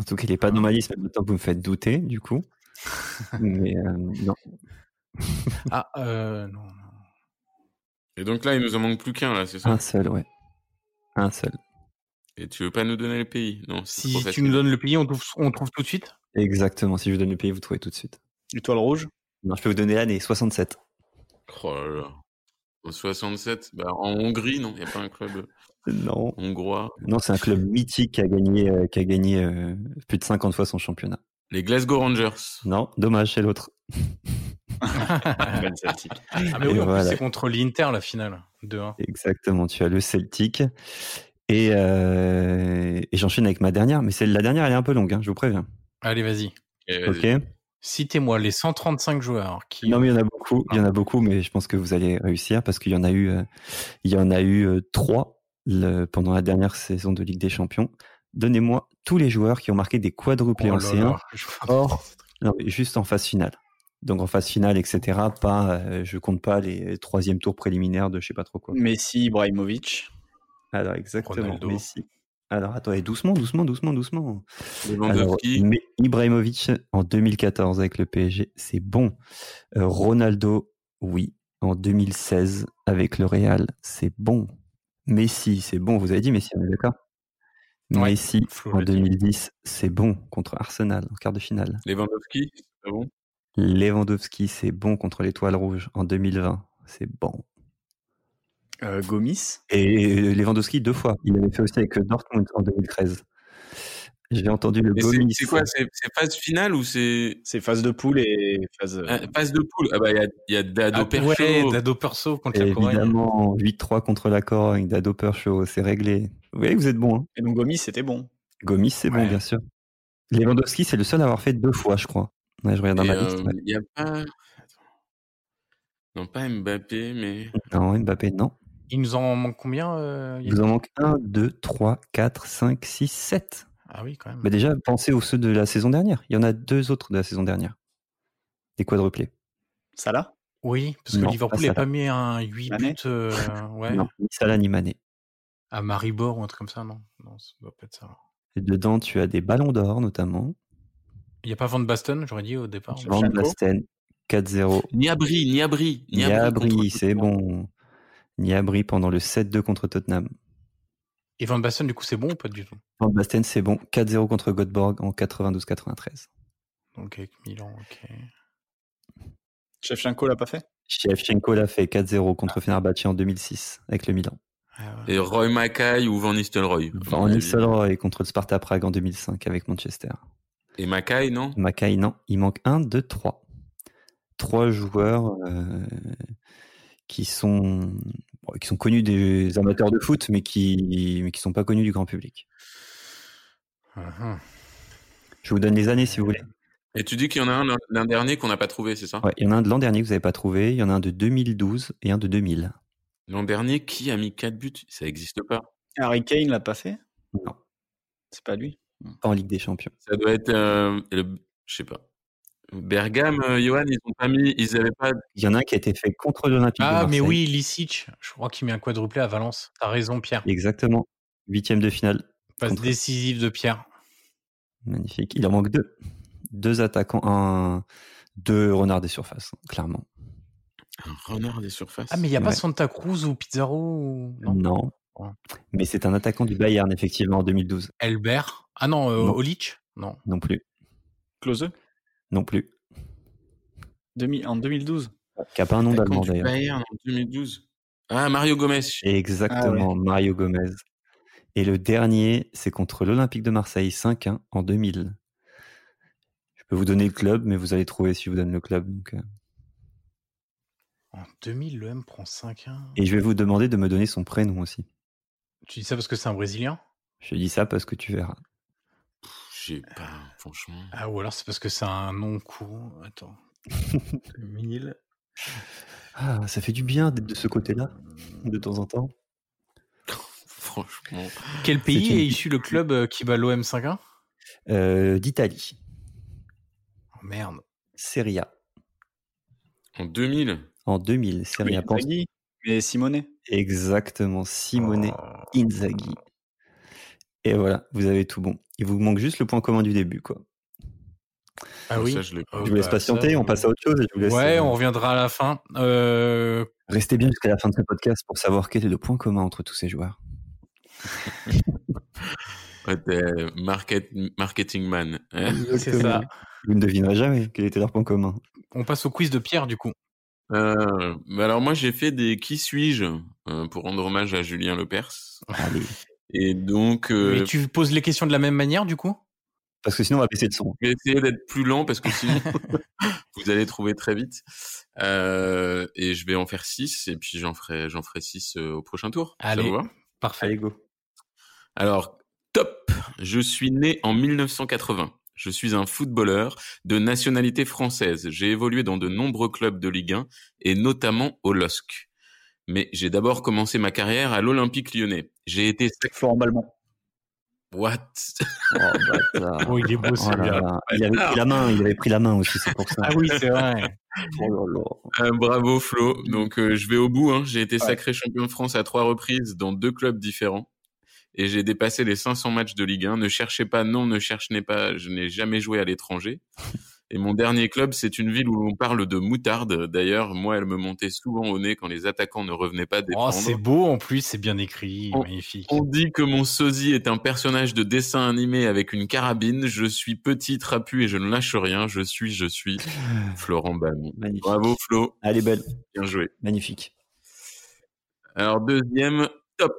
D: En tout cas, il n'est pas dans ma liste, mais maintenant que vous me faites douter, du coup. mais euh, non.
C: Ah, euh, non.
E: Et donc là, il nous en manque plus qu'un là, c'est ça
D: Un seul, ouais. Un seul.
E: Ah. Et tu veux pas nous donner le pays Non, c'est
C: Si
E: trop
C: tu
E: facile.
C: nous donnes le pays, on trouve, on trouve tout de suite.
D: Exactement. Si je vous donne le pays, vous trouvez tout de suite.
F: Étoile rouge.
D: Non, je peux vous donner l'année, 67.
E: Oh là là. En 67, bah, en Hongrie, non, il n'y a pas un club euh,
D: Non.
E: hongrois.
D: Non, c'est un club mythique qui a gagné, euh, qui a gagné euh, plus de 50 fois son championnat.
E: Les Glasgow Rangers.
D: Non, dommage, c'est l'autre.
F: Ben Celtic.
C: Ah, mais
D: Et
C: oui, en plus,
D: voilà.
C: c'est contre l'Inter, la finale. 2-1.
D: Exactement, tu as le Celtic. Et, euh, et j'enchaîne avec ma dernière, mais celle la dernière, elle est un peu longue, hein, je vous préviens.
C: Allez, vas-y.
E: Et vas-y.
D: Ok.
C: Citez-moi les 135 joueurs qui.
D: Non, mais il y en a beaucoup, il y en a beaucoup, mais je pense que vous allez réussir parce qu'il y en a eu, euh, il y en a eu euh, trois le- pendant la dernière saison de Ligue des Champions. Donnez-moi tous les joueurs qui ont marqué des
C: Oh
D: quadruplés
C: là
D: en C1
C: là, je-
D: Or, non, mais juste en phase finale. Donc en phase finale, etc. Pas, euh, je compte pas les troisième tours préliminaires de je sais pas trop quoi.
F: Messi, Ibrahimovic.
D: Alors exactement.
C: Mm. Ronaldo.
D: Messi. Alors attendez, doucement, doucement, doucement, doucement. Alors,
E: Lewandowski.
D: mais Ibrahimovic en 2014 avec le PSG, c'est bon. Euh, Ronaldo, oui, en 2016 avec le Real, c'est bon. Messi, c'est bon. Vous avez dit Messi, on est d'accord.
C: Ouais,
D: Messi
C: Flo
D: en
C: l'a dit.
D: 2010, c'est bon contre Arsenal en quart de finale.
E: Lewandowski. Ah bon
D: Lewandowski, c'est bon contre l'étoile rouge en 2020. C'est bon.
F: Euh, Gomis.
D: Et Lewandowski, deux fois. Il avait fait aussi avec Dortmund en 2013. J'ai entendu le
E: Mais c'est-
D: Gomis.
E: C'est quoi C'est c'est phase finale ou c'est
F: C'est phase de poule et phase.
E: Ah, phase de poule Ah bah, il y a, il y a Dado
C: Ah,
E: Percho.
C: ouais, Dado Perso contre la Corée.
D: Évidemment, 8-3 contre la Corogne, Dado Percho, c'est réglé. Vous voyez que vous êtes bon. hein.
F: Et donc Gomis, c'était bon.
D: Gomis, c'est bon,
C: Ouais.
D: bien sûr. Lewandowski, c'est le seul à avoir fait deux fois, je crois. Ouais, je regarde dans
E: Et,
D: ma
E: euh,
D: liste. ouais.
E: Il y a pas. Non, pas Mbappé, mais.
D: Non, Mbappé, non.
C: Il nous en manque combien euh,
D: Il
C: Yannick
D: vous en manque 1, 2, 3, 4, 5, 6, 7.
C: Ah oui, quand même.
D: Bah déjà, pensez aux ceux de la saison dernière. Il y en a deux autres de la saison dernière. Des quadruplés.
F: Ça là
C: Oui, parce que
D: Non,
C: Liverpool
D: pas
C: n'a
D: ça.
C: pas mis un 8 buts
F: Mané
C: euh, ouais,
D: Non, ni Salah ni Mané.
C: à Maribor ou un truc comme ça, non Non, ça doit pas être ça.
D: Et dedans, tu as des ballons d'or, notamment.
C: Il n'y a pas Van Basten, j'aurais dit au départ.
F: Je-
D: Van
F: Chapeau.
D: Basten, 4-0.
E: Niabri, Niabri.
D: Niabri,
E: contre-
D: c'est bon. Niabri pendant le 7-2 contre Tottenham.
C: Et Van Basten, du coup, c'est bon ou pas du tout
D: Van Basten, c'est bon. 4-0 contre Göteborg en 92-93.
C: Donc avec Milan, ok.
F: Shevchenko l'a pas fait
D: Shevchenko l'a fait 4-0 contre Fenerbahçe en 2006 avec le Milan.
C: Ah ouais.
E: Et Roy Mackay ou Van Nistelrooy. à mon
D: Van
E: avis.
D: Nistelrooy contre le Sparta Prague en 2005 avec Manchester.
E: Et Mackay, non
D: Makai, non, il manque un, deux, trois. Trois joueurs euh, qui sont bon, qui sont connus des amateurs de foot, mais qui mais qui sont pas connus du grand public.
C: Mhm.
D: Je vous donne les années si vous voulez.
E: Et tu dis qu'il y en a un l'un- l'un dernier qu'on n'a pas trouvé, c'est ça
D: Ouais, il y en a un de l'an dernier que vous n'avez pas trouvé, il y en a un de 2012 et un de 2000.
E: L'an dernier, qui a mis 4 buts Ça n'existe pas.
F: Harry Kane l'a pas fait
D: Non,
F: C'est pas lui.
D: en Ligue des Champions.
E: Ça doit être. euh, le- Je sais pas. Bergame, euh, Johan, ils ont pas mis. Ils avaient pas.
D: Il y en a un qui a été fait contre l'Olympique. de
C: Ah, mais
D: Marseille.
C: oui, Lisic, je crois qu'il met un quadruplé à Valence. T'as raison, Pierre.
D: Exactement. Huitième de finale.
C: Passe
D: Contre-
C: décisive de Pierre.
D: Magnifique. Il en manque deux. Deux attaquants, un, deux renards des surfaces, clairement.
E: Un renard des surfaces.
C: Ah, mais il n'y a pas
D: Ouais.
C: Santa Cruz ou Pizarro ou... Non.
D: Non.
C: Ouais.
D: Mais c'est un attaquant du Bayern, effectivement, en 2012.
C: Elbert. Ah non, euh,
D: Non.
C: Olic Non.
D: Non plus.
F: Klose
D: Non plus.
F: Demi- En 2012
D: Qui a hein. pas un nom d'allemand,
E: Attaquant du
D: d'ailleurs.
E: Bayern en 2012. Ah, Mario Gomez.
D: Exactement, Mario Gomez. Et le dernier, c'est contre l'Olympique de Marseille, 5-1 en 2000. Je peux vous donner le club, mais vous allez trouver si je vous donne le club. donc, euh.
C: En 2000, l'OM prend 5-1.
D: Et je vais vous demander de me donner son prénom aussi.
C: Tu dis ça parce que c'est un Brésilien
D: Je dis ça parce que tu verras.
E: Je sais pas, franchement. *laughs*
C: Ah, ou alors c'est parce que c'est un nom court. *laughs* Attends. 2000.
D: Ah, ça fait du bien d'être de ce côté-là, de temps en temps.
E: Franchement.
C: Quel pays
D: C'est une-
C: est issu le club euh, qui bat l'OM 5-1
D: Euh, D'Italie,
C: Oh, Merde.
D: Serie A.
E: En 2000.
D: En 2000, Serie A. pense-
F: Inzaghi, Mais Simonet
D: Exactement, Simone
C: Oh.
D: Inzaghi. Et voilà, vous avez tout bon. Il vous manque juste le point commun du début, quoi.
C: Ah oui.
E: Ça, je l'ai pas.
C: Oh,
D: Je vous laisse
C: bah,
D: patienter,
C: ça,
D: on passe à autre chose. et je vous laisse,
C: Ouais,
D: euh,
C: on reviendra à la fin. Euh,
D: Restez bien jusqu'à la fin de ce podcast pour savoir quel est le point commun entre tous ces joueurs.
E: Ouais, t'es market, marketing man.
C: Ah
E: hein.
C: c'est ça.
D: Vous ne devinerez jamais quel était leur point commun.
C: On passe au quiz de Pierre, du coup.
E: Euh, bah alors moi j'ai fait des qui suis-je euh, pour rendre hommage à Julien Lepers.
D: Allez.
E: *laughs* Et donc euh,
C: Mais tu poses les questions de la même manière, du coup
D: Parce que sinon, on va baisser le son.
E: je vais essayer d'être plus lent
C: *laughs*
E: parce que sinon *laughs* vous allez trouver très vite. Euh, et je vais en faire six et puis j'en ferai j'en ferai six euh, au prochain tour.
C: Allez.
E: Ça vous va
C: Parfait.
D: Allez, go.
E: Alors, top Je suis né en 1980. Je suis un footballeur de nationalité française. J'ai évolué dans de nombreux clubs de Ligue 1 et notamment au LOSC. Mais j'ai d'abord commencé ma carrière à l'Olympique lyonnais. J'ai été... sac-
F: Florent Balmont.
E: What
D: Oh, bâtard.
C: Oh, il est beau,
D: Oh là
C: celui-là.
D: là. Il avait pris la main, il avait pris la main aussi, c'est pour ça.
C: Ah oui, c'est *laughs* vrai.
D: Oh là là.
E: Euh, Bravo Flo. Donc euh, je vais au bout. hein. J'ai été sacré champion de France à trois reprises dans deux clubs différents. Et j'ai dépassé les 500 matchs de Ligue 1. Ne cherchez pas, non, ne cherchez pas. Je n'ai jamais joué à l'étranger. Et mon dernier club, c'est une ville où l'on parle de moutarde. D'ailleurs, moi, elle me montait souvent au nez quand les attaquants ne revenaient pas
C: Oh,
E: défendre.
C: c'est beau en plus, c'est bien écrit,
E: On-
C: magnifique.
E: On dit que mon sosie est un personnage de dessin animé avec une carabine. Je suis petit, trapu et je ne lâche rien. Je suis, je suis Florent Ballon.
D: Magnifique.
E: Bravo Flo,
D: Elle est belle,
E: bien joué.
D: magnifique.
E: Alors deuxième, top.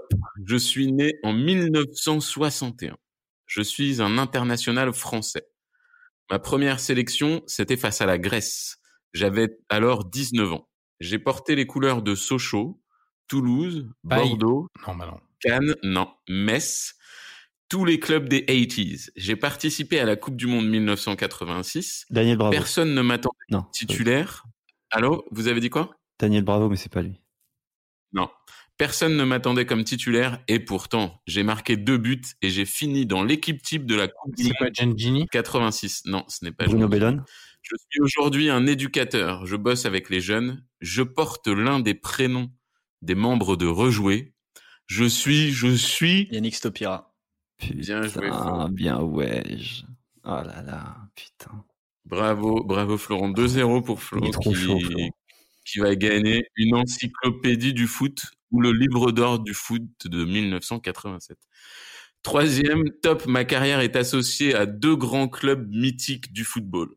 E: Je suis né en 1961. Je suis un international français. Ma première sélection, c'était face à la Grèce. J'avais alors 19 ans. J'ai porté les couleurs de Sochaux, Toulouse,
C: Paille.
E: Bordeaux,
C: Non, bah non.
E: Cannes, non, Metz, tous les clubs des 80s. J'ai participé à la Coupe du Monde 1986.
D: Daniel Bravo.
E: Personne ne m'attendait
D: non, euh,
E: titulaire. Allô, vous avez dit quoi
D: Daniel Bravo, mais c'est pas lui.
E: Non. Personne ne m'attendait comme titulaire et pourtant, j'ai marqué deux buts et j'ai fini dans l'équipe type de la Coupe du
C: C'est
E: Monde
C: quoi, Gengini
E: 86. Non, ce n'est pas
D: Bruno
E: gentil.
D: Bellone.
E: Je suis aujourd'hui un éducateur. Je bosse avec les jeunes. Je porte l'un des prénoms des membres de Rejouer. Je suis, je suis.
F: Yannick Stopira.
E: Bien joué,
D: Putain,
E: Flo.
D: bien wesh. Oh là là, putain.
E: Bravo, bravo Florent. 2-0 pour Flo
D: Il est trop
E: qui,
D: chaud, Flo.
E: qui va gagner une encyclopédie du foot ou le livre d'or du foot de 1987. Troisième, top, ma carrière est associée à deux grands clubs mythiques du football.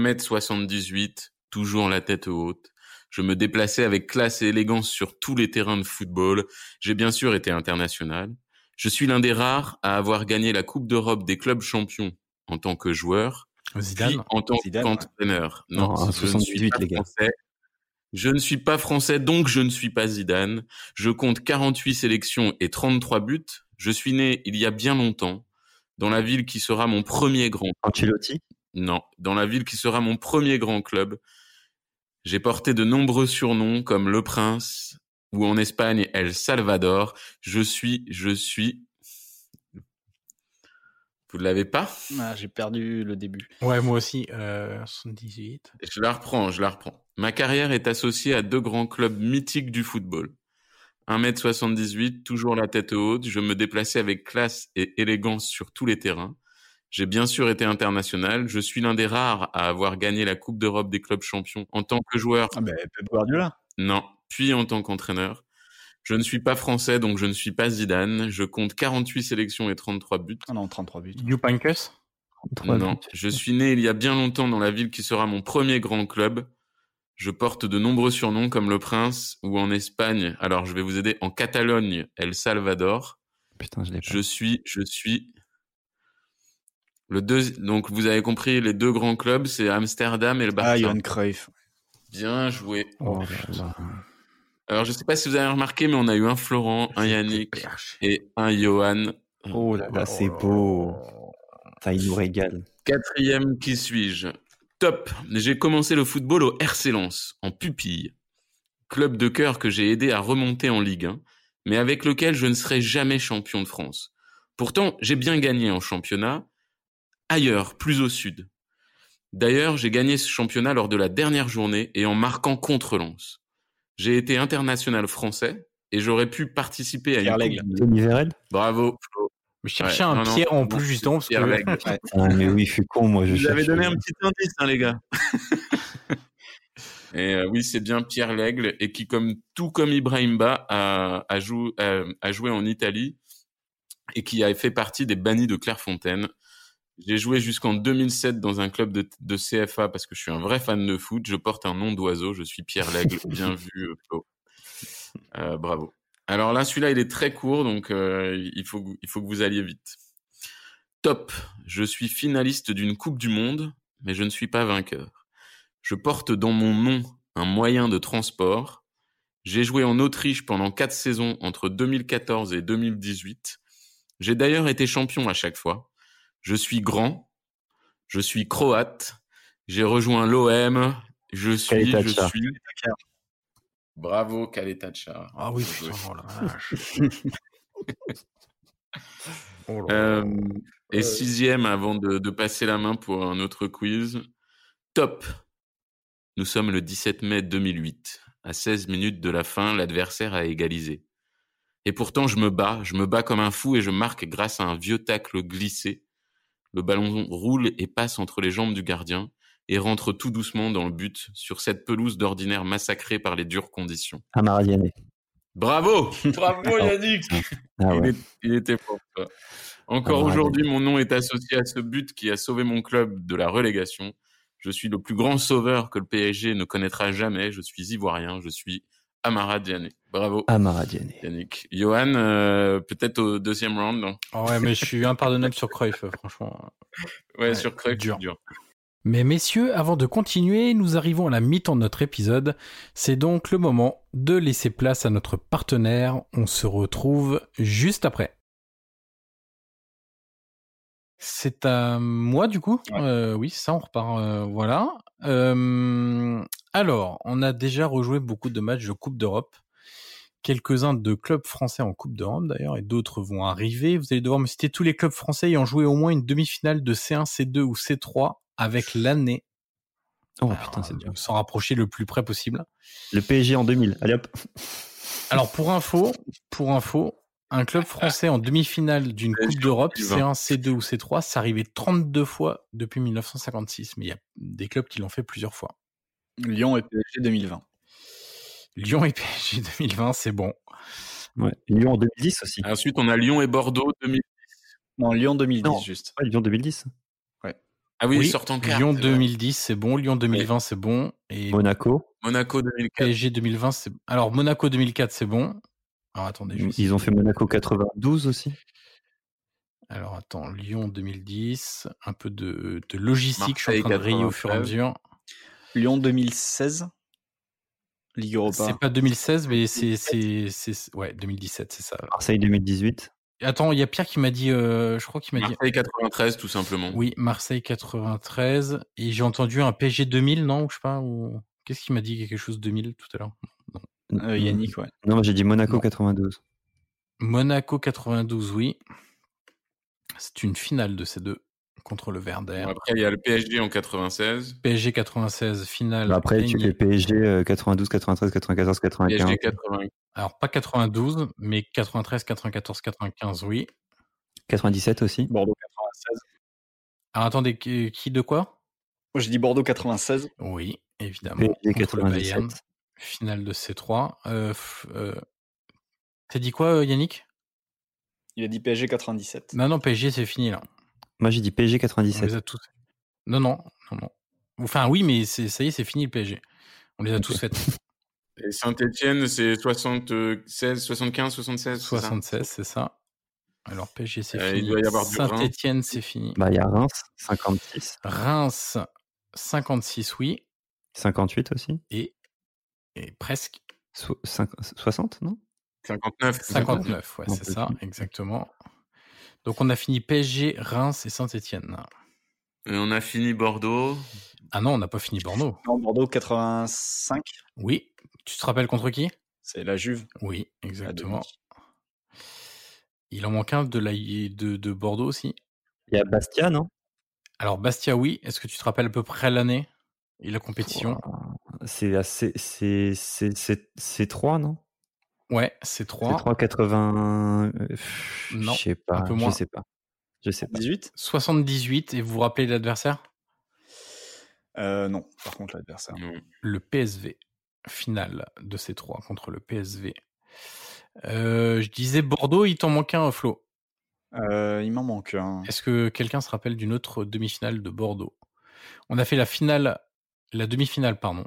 E: 1m78, toujours la tête haute. Je me déplaçais avec classe et élégance sur tous les terrains de football. J'ai bien sûr été international. Je suis l'un des rares à avoir gagné la Coupe d'Europe des clubs champions en tant que joueur puis
C: Zidane
E: en tant
F: Zidane,
E: qu'entraîneur.
D: Non,
E: Non,
D: un
E: je ne suis
D: 78,
E: pas
D: les gars.
E: français. Je ne suis pas français, donc je ne suis pas Zidane. Je compte 48 sélections et 33 buts. Je suis né il y a bien longtemps, dans la ville qui sera mon premier grand.
D: Ancelotti.
E: Non, dans la ville qui sera mon premier grand club. J'ai porté de nombreux surnoms comme Le Prince ou en Espagne El Salvador. Je suis, je suis. Vous ne l'avez pas
F: Ah, J'ai perdu le début.
C: Ouais, moi aussi. Euh, 78.
E: Je la reprends, je la reprends. Ma carrière est associée à deux grands clubs mythiques du football. 1m78, toujours la tête haute, je me déplaçais avec classe et élégance sur tous les terrains. J'ai bien sûr été international, je suis l'un des rares à avoir gagné la Coupe d'Europe des clubs champions en tant que joueur,
F: Ah ben, Pep Guardiola.
E: non, puis en tant qu'entraîneur. Je ne suis pas français, donc je ne suis pas Zidane. Je compte 48 sélections et 33 buts.
F: Ah non, 33 buts.
C: Youpankus
D: Trois
E: non,
D: buts.
E: je suis né il y a bien longtemps dans la ville qui sera mon premier grand club. Je porte de nombreux surnoms comme le Prince ou en Espagne. Alors je vais vous aider en Catalogne, El Salvador.
D: Putain, je l'ai pas.
E: Je suis, je suis. Le deux, donc vous avez compris, les deux grands clubs, c'est Amsterdam et le Barça.
F: Ah, Johan Cruyff.
E: bien joué.
D: Oh là là.
E: Alors je sais pas si vous avez remarqué, mais on a eu un Florent, un Yannick et un Johan.
D: Oh là là, c'est beau. Putain, il nous régale.
E: Quatrième, qui suis-je Top J'ai commencé le football au RC Lens, en pupille. Club de cœur que j'ai aidé à remonter en Ligue 1, mais avec lequel je ne serai jamais champion de France. Pourtant, j'ai bien gagné en championnat, ailleurs, plus au sud. D'ailleurs, j'ai gagné ce championnat lors de la dernière journée et en marquant contre Lens. J'ai été international français et j'aurais pu participer à une...
F: Pierre Lègle.
E: Coupe du Monde.
D: Tony Vérel
E: Bravo, Flo.
C: Mais je cherchais
E: Ouais,
C: un
E: non, non,
C: Pierre en
E: non,
C: plus,
E: c'est
C: justement, parce
E: Pierre
C: que.
E: Lègle.
D: Ah, mais oui, je suis con, moi. Je
E: Vous avez
D: cherche-
E: donné un petit indice, hein, les gars. et euh, oui, c'est bien Pierre Lègle, et qui, comme tout comme Ibrahimba, a, a, jou- euh, a joué en Italie et qui a fait partie des bannis de Clairefontaine. J'ai joué jusqu'en 2007 dans un club de, de CFA parce que je suis un vrai fan de foot. Je porte un nom d'oiseau. Je suis Pierre Lègle. Bien vu, Flo. Euh, bravo. Alors là, celui-là, il est très court, donc euh, il, faut, que- il faut que vous alliez vite. Top. Je suis finaliste d'une Coupe du Monde, mais je ne suis pas vainqueur. Je porte dans mon nom un moyen de transport. J'ai joué en Autriche pendant quatre saisons entre 2014 et 2018. J'ai d'ailleurs été champion à chaque fois. Je suis grand. Je suis croate. J'ai rejoint l'OM. Je suis, je
D: Kaletacha.
E: suis. Bravo, Kaletacha.
C: Ah oui, putain, oh la
E: *laughs*
C: vache. Oh là.
E: Euh, et sixième, avant de, de passer la main pour un autre quiz, top. Nous sommes le 17 mai 2008. À 16 minutes de la fin, l'adversaire a égalisé. Et pourtant, je me bats, je me bats comme un fou et je marque grâce à un vieux tacle glissé. Le ballon roule et passe entre les jambes du gardien et rentre tout doucement dans le but sur cette pelouse d'ordinaire massacrée par les dures conditions.
D: À Marianne.
E: Bravo Bravo Yannick
D: Ah
E: il,
D: ouais.
E: est- il était fort. ça. Encore
D: Ah ouais.
E: aujourd'hui, mon nom est associé à ce but qui a sauvé mon club de la relégation. Je suis le plus grand sauveur que le PSG ne connaîtra jamais. Je suis ivoirien. Je suis Amara Diané. Bravo,
D: À Marianne.
E: Yannick. Johan, euh, peut-être au deuxième round. non
C: Ah ouais, mais je suis impardonnable sur Cruyff, euh, franchement.
E: ouais,
C: Ouais,
E: sur Cruyff,
C: dur.
E: dur.
C: Mais messieurs, avant de continuer, nous arrivons à la mi-temps de notre épisode. C'est donc le moment de laisser place à notre partenaire. On se retrouve juste après. C'est à moi du coup. Euh, oui, ça, on repart. euh, voilà. Euh, alors, on a déjà rejoué beaucoup de matchs de Coupe d'Europe. Quelques-uns de clubs français en Coupe d'Europe d'ailleurs, et d'autres vont arriver. Vous allez devoir me citer tous les clubs français ayant joué au moins une demi-finale de C1, C2 ou C3 avec l'année.
D: Oh
C: Alors,
D: putain, c'est dur.
C: euh, S'en rapprocher le plus près possible.
D: Le PSG en 2000. Allez hop.
C: Alors pour info, pour info, un club français en demi-finale d'une
E: Euh,
C: Coupe d'Europe,
E: je- je-
C: C1, C2 ou C3, c'est arrivé 32 fois depuis 1956, mais il y a des clubs qui l'ont fait plusieurs fois.
F: Lyon et PSG 2020.
C: Lyon et PSG 2020, c'est bon.
D: Ouais. Lyon en 2010 aussi.
E: Ensuite, on a Lyon et Bordeaux. 2000...
F: Non, Lyon 2010
D: Non.
F: juste.
D: Ouais, Lyon 2010.
E: Ah oui, ils sortent en quart.
C: Lyon
E: c'est vrai.
C: 2010, c'est bon. Lyon 2020, c'est bon. Et
D: Monaco.
E: Monaco 2004.
C: PSG 2020, c'est Alors Monaco 2004, c'est bon. Alors attendez, je vais
D: Ils ont fait Monaco 92 aussi.
C: Alors attends, Lyon 2010, un peu de, de logistique, je suis
E: Marseille,
C: en train de rayer au fur et à
E: 93.
C: mesure.
F: Lyon 2016 Ligue Europa.
C: C'est pas 2016, mais c'est c'est- c'est- ouais 2017, c'est ça.
D: Marseille 2018.
C: Attends, il y a Pierre qui m'a dit, euh, je crois qu'il m'a dit,
E: Marseille 93, tout simplement.
C: oui Marseille 93 et j'ai entendu un PSG 2000, non ou je sais pas ou qu'est-ce qu'il m'a dit quelque chose 2000 tout à l'heure.
F: Euh, Yannick, ouais.
D: Non, moi, j'ai dit Monaco
C: Non.
D: 92.
C: Monaco 92, oui. C'est une finale de ces deux contre le Verder.
E: Bon, Après, il y a le PSG en 96.
C: PSG 96 finale.
D: Bah, après, tu
C: gagnée.
D: fais PSG euh, 92, 93, 94, 95.
E: PSG 95.
C: Alors pas 92, mais 93, 94, 95, oui.
D: 97 aussi.
F: Bordeaux 96.
C: Alors attendez, qui qui de quoi
F: Moi, j'ai dit Bordeaux 96.
C: Oui, évidemment.
D: PSG
C: contre le Bayern.
D: 97.
C: Finale de C3. Euh, f- euh, T'as dit quoi, euh, Yannick Bah,
F: Il a dit PSG 97.
C: Non, non, PSG, c'est fini là.
D: Moi, j'ai dit PSG
C: On les
D: 97.
C: a tous. Non, non, non, non. Enfin, oui, mais c'est- ça y est, c'est fini le PSG. On les a tous faites.
E: Et Saint-Etienne, c'est 76, 75, 76. c'est ça
C: 76, c'est ça. Alors, PSG, c'est
E: Euh, il
C: fini.
E: doit y avoir du Reims.
C: Saint-Etienne, c'est fini.
D: Bah, il y a Reims 56,
C: Reims, 56, oui.
D: 58 aussi.
C: Et, et presque
D: So- cinq- 60, non
E: 59.
C: 59, ouais,
D: Non,
C: c'est
D: plus.
C: ça, exactement. Donc, on a fini PSG, Reims et Saint-Etienne.
E: Et on a fini Bordeaux.
C: Ah non, on n'a pas fini Bordeaux.
F: Non, Bordeaux 85.
C: Oui. Tu te rappelles contre qui
F: C'est la Juve.
C: Oui,
D: Ah,
F: à
C: exactement.
F: Dominique.
C: Il en manque un de, la, de, de Bordeaux aussi.
D: Il y a Bastia, non
C: Alors, Bastia, oui. Est-ce que tu te rappelles à peu près l'année et la compétition
D: C'est la C- c'est- c'est- c'est- c'est 3, non
C: Ouais, c'est
D: C'est
C: 3.
D: 3, 80. euh,
C: Non,
D: Je sais pas.
C: un peu moins.
D: Je sais pas. Je sais pas.
F: 18
C: 78, et vous vous rappelez l'adversaire
F: euh, Non, par contre,
C: Ah.
F: l'adversaire.
E: Non.
C: Le PSV. Finale de ces 3 contre le PSV. Euh, je disais Bordeaux, il t'en manque un, Flo.
F: Euh, il m'en manque un.
C: Est-ce que quelqu'un se rappelle d'une autre demi-finale de Bordeaux On a fait la finale, la demi-finale, pardon,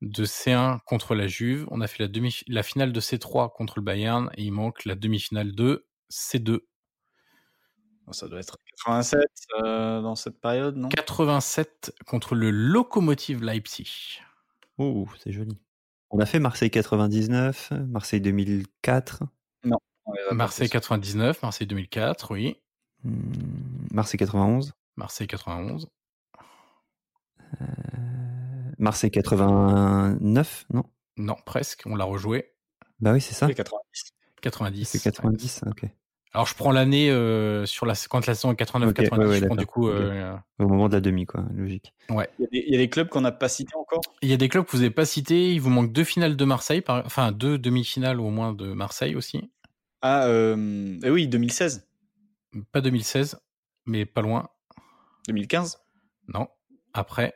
C: de C1 contre la Juve. On a fait la, demi, la finale de C3 contre le Bayern. Et il manque la demi-finale de C2.
F: Oh, Ça doit être 87 euh, dans cette période, non
C: 87 contre le Lokomotiv Leipzig.
D: Oh, c'est joli. On a fait Marseille 99, Marseille 2004,
F: On
D: bah,
F: les a pas
C: Marseille
F: tous.
C: 99, Marseille 2004, oui.
D: hmm, Marseille 91,
C: Marseille 91.
D: euh, Marseille 89, non
C: Non, presque, on l'a rejoué.
D: Bah oui, c'est ça.
F: Les 90.
C: 90.
D: C'est 90, ok.
C: Alors je prends l'année euh, sur la quand la saison est 89
D: Ok, ouais,
C: 90
D: ouais,
C: je prends du
D: d'accord,
C: coup
D: ok.
C: euh,
D: Au moment de la demi, quoi, logique.
F: Il y a des- il y a des clubs qu'on n'a pas cités encore.
C: il y a des clubs que vous n'avez pas cités, il vous manque deux finales de Marseille par- enfin deux demi-finales au moins de Marseille aussi.
F: Ah, euh, eh oui, 2016,
C: Pas 2016 mais pas loin.
F: 2015,
C: Non, après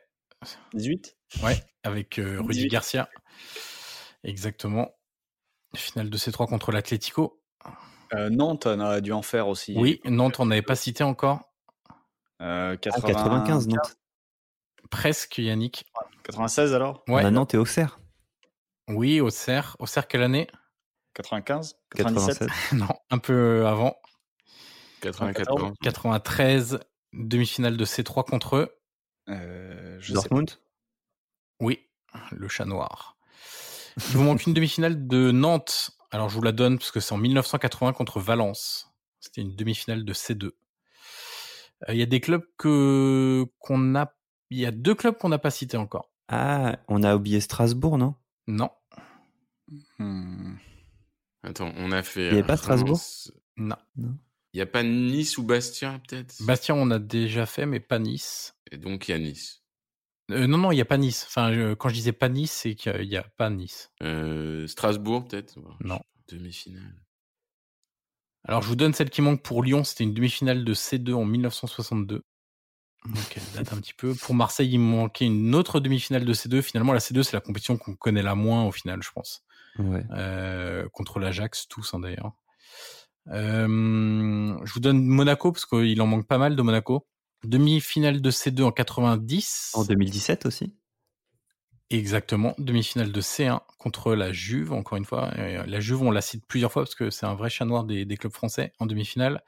F: 18.
C: ouais, avec euh, Rudy
F: 18.
C: Garcia. Exactement. Finale de C3 contre l'Atlético.
F: Euh, Nantes on a dû en faire aussi.
C: Oui, Nantes, on n'avait pas cité encore.
F: Euh,
D: Ah,
F: 80
D: 95, Nantes.
C: Presque Yannick.
F: 96 alors
C: Ouais.
D: On a Nantes et Auxerre.
C: Oui, Auxerre. Auxerre, quelle année *laughs*
F: 95 97
D: 97.
C: Non, un peu euh, avant.
E: 94.
C: 93, demi-finale de C3 contre eux.
F: Euh, je sais pas.
D: Dortmund.
C: Oui, le chat noir. Il vous manque une demi-finale de Nantes. Alors, je vous la donne parce que c'est en 1980 contre Valence. C'était une demi-finale de C2. Euh, Il y a des clubs que qu'on a. Il y a deux clubs qu'on n'a pas cités encore.
D: Ah, on a oublié Strasbourg, non
C: Non,
F: Hmm.
E: Attends, on a fait.
D: Il y avait pas
E: euh,
D: Strasbourg
E: Reims.
C: non.
E: Il n'y a pas Nice ou Bastia, peut-être
C: Bastien, on a déjà fait, mais pas Nice.
E: Et donc, il y a Nice.
C: Euh, non, non, il n'y a pas Nice. Enfin, euh, quand je disais pas Nice, c'est qu'il n'y a pas Nice.
E: Euh, Strasbourg, peut-être
C: Non.
E: Demi-finale.
C: Alors, je vous donne celle qui manque pour Lyon. C'était une demi-finale de C2 en 1962. Donc, elle date un petit peu. Pour Marseille, il manquait une autre demi-finale de C2. Finalement, la C2, c'est la compétition qu'on connaît la moins au final, je pense.
D: Ouais.
C: Euh, contre l'Ajax, tous hein, d'ailleurs. Euh, je vous donne Monaco, parce qu'il en manque pas mal de Monaco. Demi-finale de C2 en 90.
D: En 2017 aussi
C: Exactement, demi-finale de C1 contre la Juve, encore une fois. Euh, La Juve, on la cite plusieurs fois parce que c'est un vrai chat noir des, des clubs français en demi-finale.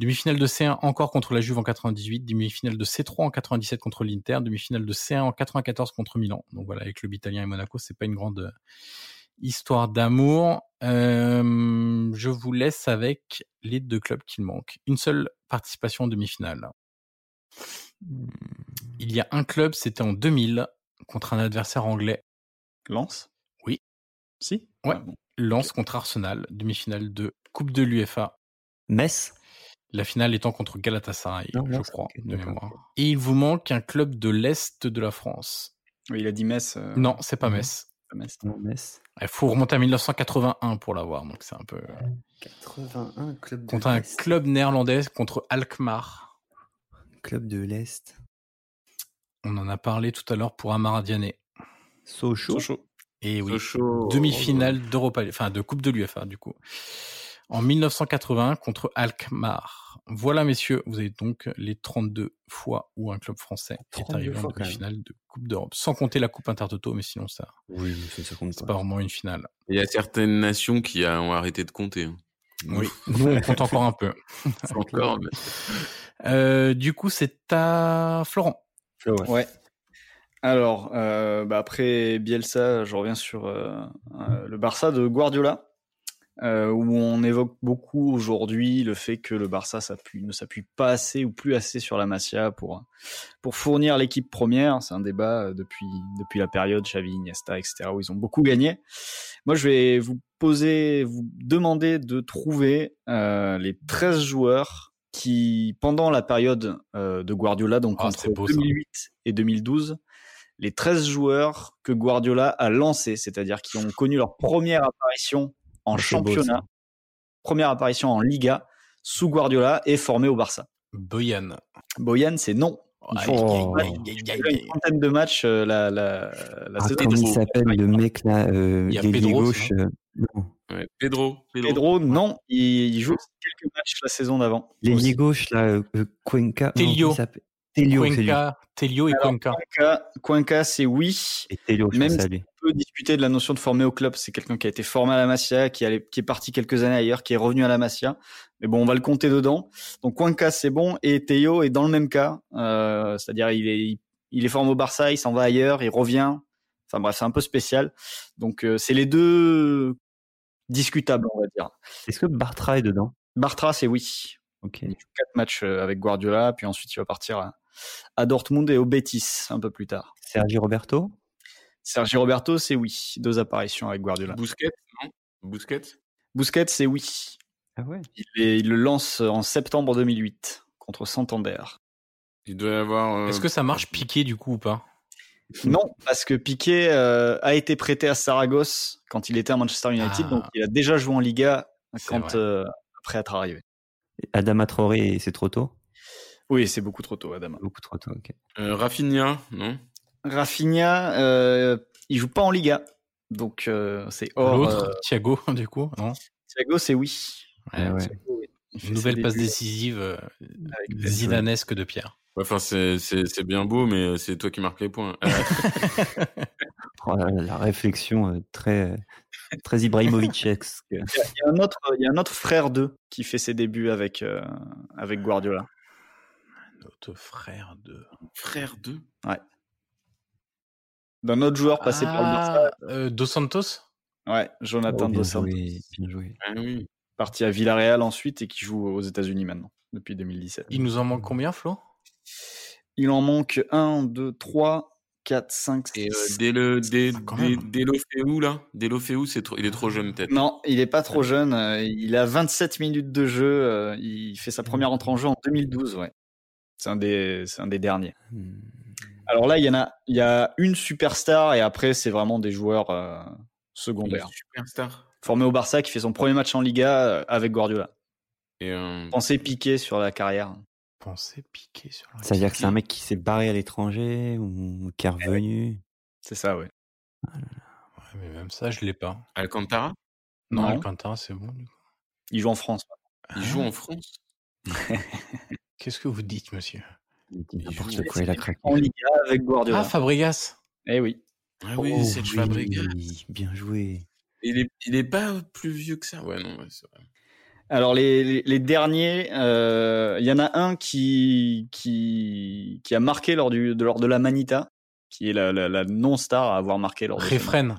C: Demi-finale de C1 encore contre la Juve en 98, demi-finale de C3 en 97 contre l'Inter, demi-finale de C1 en 94 contre Milan. Donc voilà, avec le italien et Monaco, c'est pas une grande euh, histoire d'amour. Euh, je vous laisse avec les deux clubs qu'il manque. Une seule participation en demi-finale. Il y a un club, c'était en 2000 contre un adversaire anglais.
F: Lens
C: Oui.
F: Si
C: Ouais.
F: Ah, bon.
C: Lens contre Arsenal, demi-finale de Coupe de l'UEFA.
D: Metz
C: La finale étant contre Galatasaray,
D: Non,
C: je
D: Lens,
C: crois,
D: Ah, ok,
C: de
D: d'accord.
C: mémoire. Et il vous manque un club de l'Est de la France.
F: Oui, il a dit Metz. euh,
C: non, c'est
D: mhm.
C: pas Metz.
F: Metz.
D: Non, Metz.
C: Il faut remonter à 1981 pour l'avoir, donc c'est un peu...
D: Ah, 81, club de
C: Contre un club néerlandais, contre Alkmaar.
D: Club de l'Est.
C: On en a parlé tout à l'heure pour Amara Diané.
D: Sochaux.
F: Sochaux.
C: Et oui,
E: Sochaux,
C: demi-finale
D: Oh,
C: d'Europa, enfin de Coupe de l'UFA du coup, en 1981 contre Alkmaar. Voilà messieurs, vous avez donc les 32 fois où un club français est
D: 32
C: arrivé en
D: fois, quand même.
C: demi-finale de Coupe d'Europe, sans compter la Coupe Intertoto, mais sinon ça,
D: Oui, ça, ça compte
C: c'est pas vraiment une finale.
E: Il y a certaines nations qui a- ont arrêté de compter. hein.
C: Oui, nous on compte encore un peu.
E: *laughs* Encore, mais-
C: Euh, du coup, c'est à Florent.
D: Ouais.
F: Ouais. Alors, euh, bah, après Bielsa, je reviens sur euh, euh, le Barça de Guardiola, euh, où on évoque beaucoup aujourd'hui le fait que le Barça s'appuie- ne s'appuie pas assez ou plus assez sur la Masia pour, pour fournir l'équipe première. C'est un débat euh, depuis, depuis la période Xavi, Iniesta, etc., où ils ont beaucoup gagné. Moi, je vais vous poser, vous demander de trouver euh, les 13 joueurs qui, pendant la période euh, de Guardiola, donc
C: Ah,
F: entre
C: c'est beau, ça.
F: 2008 et 2012, les 13 joueurs que Guardiola a lancés, c'est-à-dire qui ont connu leur première apparition en
D: C'est beau,
F: championnat,
D: ça.
F: première apparition en Liga sous Guardiola et formé au Barça.
C: Boyan.
F: Boyan, c'est non.
D: Ils
C: Aïe,
D: font-
C: aïe, aïe, aïe, aïe,
F: une
C: aïe.
F: trentaine de matchs euh, la, la, la
D: Eh Ah,
F: saison.
D: comment il s'appelle le mec là, euh,
C: Il y a
D: l'ailier
C: Pedro,
D: gauche euh, non.
E: Ouais, Pedro, Pedro.
F: Pedro, non, il, il joue aussi quelques matchs la saison d'avant.
D: L'ailier gauche là, euh, euh, Cuenca. non,
C: Tello.
D: comment il s'appelle Tello. c'est lui.
C: Cuenca, Telio et
F: Alors,
C: Cuenca.
F: Cuenca, Cuenca, c'est oui.
D: Et Tello, je
F: Même
D: pense à
F: si-
D: lui.
F: On peut discuter de la notion de formé au club. C'est quelqu'un qui a été formé à la Masia, qui, allait- qui est parti quelques années ailleurs, qui est revenu à la Masia. Mais bon, on va le compter dedans. Donc Cuenca, c'est bon. Et Théo est dans le même cas. Euh, C'est-à-dire, il est, il est formé au Barça, il s'en va ailleurs, il revient. Enfin bref, c'est un peu spécial. Donc euh, c'est les deux discutables, on va dire.
D: Est-ce que Bartra est dedans
F: Bartra, c'est oui.
D: Ok.
F: Il joue quatre matchs euh, avec Guardiola, puis ensuite il va partir à, à Dortmund et au Betis un peu plus tard.
D: Sergi Roberto
F: Sergi Roberto, c'est oui, deux apparitions avec Guardiola.
E: Bousquet, non Bousquet
F: Busquets, c'est oui.
D: Ah ouais.
F: Il, est- il le lance en septembre 2008 contre Santander.
E: Il doit y avoir. euh,
C: Est-ce que ça marche piqué du coup ou pas
F: Non, parce que Piqué euh, a été prêté à Saragosse quand il était à Manchester United,
C: Ah.
F: donc il a déjà joué en Liga
C: C'est
F: quand
C: vrai.
F: euh, après être arrivé.
D: Adama Traoré, c'est trop tôt
F: Oui, c'est beaucoup trop tôt, Adama.
D: Beaucoup trop tôt, ok.
E: euh, Rafinha, non
F: Rafinha, euh, il joue pas en Liga, donc euh, c'est
D: oh,
F: hors.
C: L'autre,
F: euh,
C: Thiago, *laughs* du coup, non
F: Thiago, c'est oui.
D: Ah ouais.
F: Il fait ses
C: Nouvelle passe
F: débuts
C: décisive euh,
F: avec Pep.
C: zidanesque de Pierre.
E: Ouais, Enfin, c'est- c'est c'est bien beau, mais euh, c'est toi qui marques les points. *laughs* Euh,
D: Oh là là, la réflexion euh, très, euh, très Ibrahimovic-esque.
F: Il y a un autre, il y a un autre frère d'eux qui fait ses débuts avec, euh, avec Guardiola.
C: Notre frère de.
E: frère 2
F: D'un autre joueur passé par le Barça.
C: Ah, euh, Dos Santos
F: Ouais, Jonathan
D: Oh, bien
F: Dos Santos,
D: joué, bien joué.
E: Ah oui.
F: parti à Villarreal ensuite et qui joue aux États-Unis maintenant, depuis 2017.
C: Il nous en manque combien, Flo
F: Il en manque 1, 2, 3, 4, 5,
E: Et
F: 6.
E: euh, dès le dès,
C: Ah, quand
E: dès,
C: même.
E: dès l'Ophéou, là, dès l'Ophéou, c'est trop, il est trop jeune peut-être.
F: Non, il est pas trop jeune. euh, Il a 27 minutes de jeu. euh, Il fait sa première entrée en jeu en 2012. Ouais. C'est un, des- c'est un des derniers.
D: Hmm.
F: Alors là, il y en a, il y a une superstar et après, c'est vraiment des joueurs euh,
E: bah.
F: secondaires.
E: Superstar.
F: Formé au Barça, qui fait son premier match en Liga euh, avec Guardiola.
E: Et euh,
F: Pensez piqué sur la carrière.
C: Pensez piqué sur la
D: Ça veut dire que c'est un
C: Qui-
D: mec qui s'est barré à l'étranger ou qui est revenu
F: C'est ça, ouais.
C: Ouais, Ah, mais même ça, je l'ai pas.
E: Alcantara,
C: Non,
F: Non.
C: Alcantara, c'est bon. du coup.
F: Il joue en France.
E: il joue en France.
C: Qu'est-ce que vous dites, monsieur
D: Il dit
E: joue.
D: n'importe quoi, il a craqué.
F: En Liga avec Guardiola.
C: Ah, Fabregas
F: eh oui.
E: Ah oui,
D: Oh
E: c'est
D: oui,
E: Fabregas.
D: Bien joué.
E: Il est il est pas plus vieux que ça. Ouais, non, ouais, c'est vrai.
F: Alors les, les- les derniers, euh, il y en a un qui, qui, qui a marqué lors, du, de, lors de la Manita, qui est la, la- la non-star à avoir marqué lors de ce match.
C: Refren.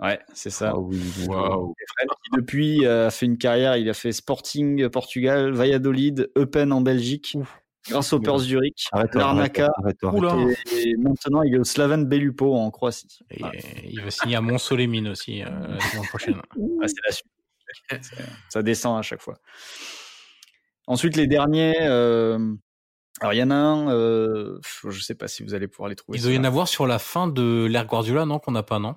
F: Ouais, c'est ça.
D: Ah oui, bien joué.
E: Waouh.
F: Fred, qui depuis euh, a fait une carrière, il a fait Sporting euh, Portugal, Valladolid, Eupen en Belgique, Grasshoppers Zurich,
D: Arrête-toi,
F: Larnaca,
D: arrête-toi, arrête-toi,
C: Oula.
D: arrête-toi.
F: et, et maintenant il est au Slaven Belupo en Croatie.
C: Oh. Et
F: Voilà.
C: il va signer à Montsolémine aussi euh, la
F: *laughs*
C: saison prochaine.
F: Ah, c'est la suite. *laughs* C'est- Ça descend à chaque fois. Ensuite, les derniers. euh, Alors, il y en a un. euh, pff, Je sais pas si vous allez pouvoir les trouver.
C: Il doit y en
F: ceux-là.
C: avoir sur la fin de l'ère Guardiola, non Qu'on n'a pas, non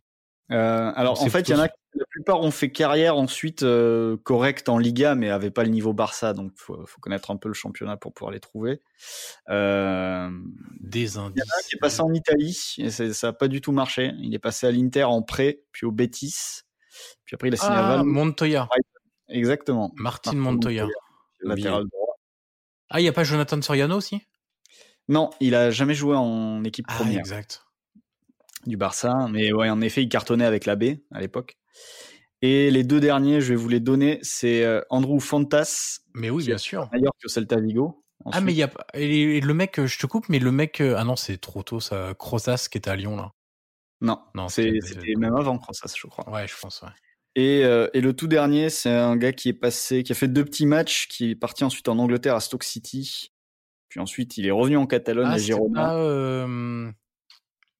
F: Euh, alors,
C: On
F: en
C: sait
F: fait, il y en a. La plupart ont fait carrière ensuite euh, correcte en Liga, mais n'avaient pas le niveau Barça. Donc, faut, faut connaître un peu le championnat pour pouvoir les trouver. Euh,
C: Des
F: Il y en a un
C: indices.
F: qui est passé en Italie et c'est- ça n'a pas du tout marché. Il est passé à l'Inter en prêt, puis au Betis, puis après il a signé à
C: Ah,
F: Val.
C: Montoya.
F: Exactement.
C: Martin
F: Martin
C: Montoya.
F: Montoya. Latéral droit.
C: Ah, il n'y a pas Jonathan Soriano aussi
F: Non, il a jamais joué en équipe
C: Ah,
F: première
C: exact.
F: du Barça, mais ouais, en effet, il cartonnait avec la B à l'époque. Et les deux derniers, je vais vous les donner, c'est euh, Andrew Fantas,
C: Mais oui,
F: Qui
C: bien
F: est-
C: sûr.
F: meilleur que Celta Vigo.
C: Ah,
F: ensuite.
C: mais il y a. pas- Et et le mec, euh, je te coupe, mais le mec. euh, Ah non, c'est trop tôt, ça. Crozas qui était à Lyon, là.
F: Non,
C: Non,
F: c'est-
C: c'était-
F: c'était même avant Fantas, je crois.
C: Ouais, je pense, ouais.
F: Et, euh, et le tout dernier, c'est un gars qui est passé, qui a fait deux petits matchs, qui est parti ensuite en Angleterre à Stoke City. Puis ensuite, il est revenu en Catalogne
C: Ah,
F: à
C: c'était
F: Girona.
C: pas, euh,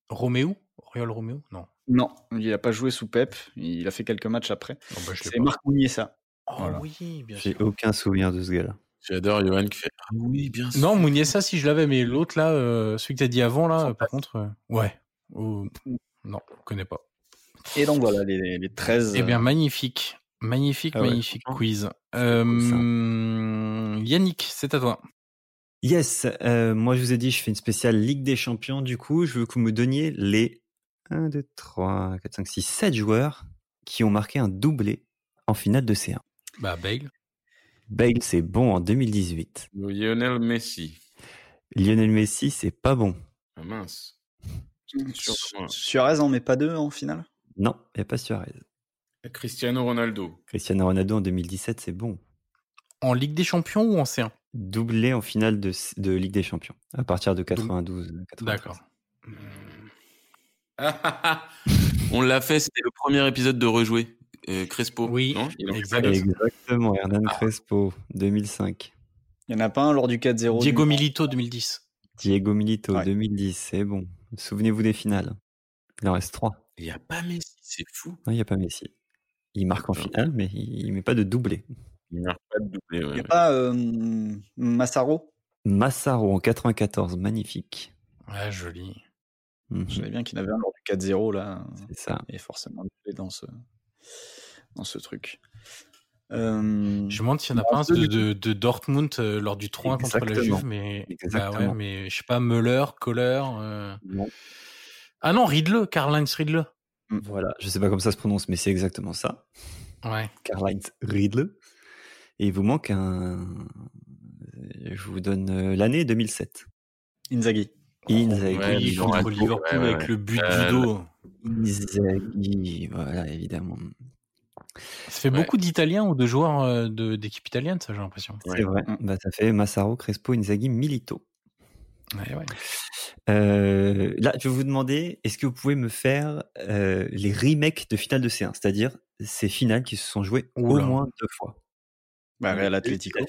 C: Roméo Oriol Roméo Non.
F: Non, il n'a pas joué sous Pep. Il a fait quelques matchs après.
C: Non, bah, je l'ai
F: C'est
C: pas.
F: Marc Mounier, ça.
C: Oh
F: voilà.
C: oui, bien
D: J'ai
C: sûr.
D: aucun souvenir de ce gars-là.
E: J'adore Johan qui fait. Ah oui, bien sûr.
C: Non, Mouniessa, si je l'avais, mais l'autre là, euh, celui que t'as dit avant là, euh, par contre, euh, ouais. Oh, non, je connais pas.
F: Et donc voilà, les, les 13.
C: Eh bien, magnifique. Magnifique,
D: Ah ouais,
C: magnifique
D: franchement,
C: quiz.
D: cool, ça.
C: Euh, Yannick, c'est à toi.
D: Yes, euh, moi je vous ai dit, je fais une spéciale Ligue des Champions. Du coup, je veux que vous me donniez les 1, 2, 3, 4, 5, 6, 7 joueurs qui ont marqué un doublé en finale de C1.
C: Bah, Bale.
D: Bale, c'est bon en 2018.
E: Lionel Messi.
D: Lionel Messi, c'est pas bon.
E: Ah mince. Sur moi.
F: Suarez en met pas deux en finale
D: Non, il n'y a pas Suarez.
E: Cristiano Ronaldo.
D: Cristiano Ronaldo en 2017, c'est bon.
C: En Ligue des Champions ou en C1
D: Doublé en finale de, de Ligue des Champions à partir de 92. 93.
C: D'accord.
E: *laughs* On l'a fait, c'était le premier épisode de Rejouer. Euh, Crespo.
C: Oui,
E: non Il en fait
C: exact.
E: pas deux.
D: Exactement, Hernan
C: Ah.
D: Crespo, 2005.
F: Il n'y en a pas un lors du 4-0.
C: Diego
F: du-
C: Milito 2010.
D: Diego Milito,
F: Ouais.
D: 2010, c'est bon. Souvenez-vous des finales. Il en reste 3.
E: Il n'y a pas Messi, c'est fou.
D: Non, il n'y a pas Messi. Il marque en
E: D'accord.
D: finale, mais il ne met pas de doublé.
E: Il n'y a pas de doublé.
F: Il
E: ouais.
F: n'y a pas euh, Massaro
D: Massaro en 94, magnifique.
C: Ouais, joli.
D: Mhm,
F: Je savais bien qu'il y en avait un lors du 4-0 là.
D: c'est ça.
F: Et forcément, il est dans ce, dans ce truc. Euh,
C: Je me demande s'il n'y en a pas un de, de, de Dortmund euh, lors du 3 contre la
D: Exactement.
C: Juve, mais, bah
D: Exactement.
C: ouais, mais je sais pas, Müller, Kohler. euh,
D: Non.
C: Ah non, Riedle, Karl-Heinz Riedle.
D: Voilà, je ne sais pas comment ça se prononce, mais c'est exactement ça.
C: Ouais.
D: Karl-Heinz Riedle. Et il vous manque un. euh, Je vous donne euh, l'année 2007.
F: Inzaghi.
D: Inzaghi.
E: Oh, Ouais,
C: Oui,
E: ils ont
C: contre
E: raté.
C: Liverpool
E: Ouais, ouais,
C: avec
E: ouais.
C: le but
E: Euh,
C: du dos.
D: Inzaghi, voilà, évidemment.
C: Ça fait
E: Ouais.
C: beaucoup d'Italiens ou de joueurs euh, de- d'équipe italienne, ça, j'ai l'impression.
E: Ouais. Mmh.
D: C'est vrai. Bah, ça fait Massaro, Crespo, Inzaghi, Milito.
C: Ouais, ouais.
D: Euh, là, je vais vous demander, est-ce que vous pouvez me faire euh, les remakes de finales de C1, c'est-à-dire ces finales qui se sont jouées
C: Oula.
D: au moins deux fois
F: Bah, Real Atlético.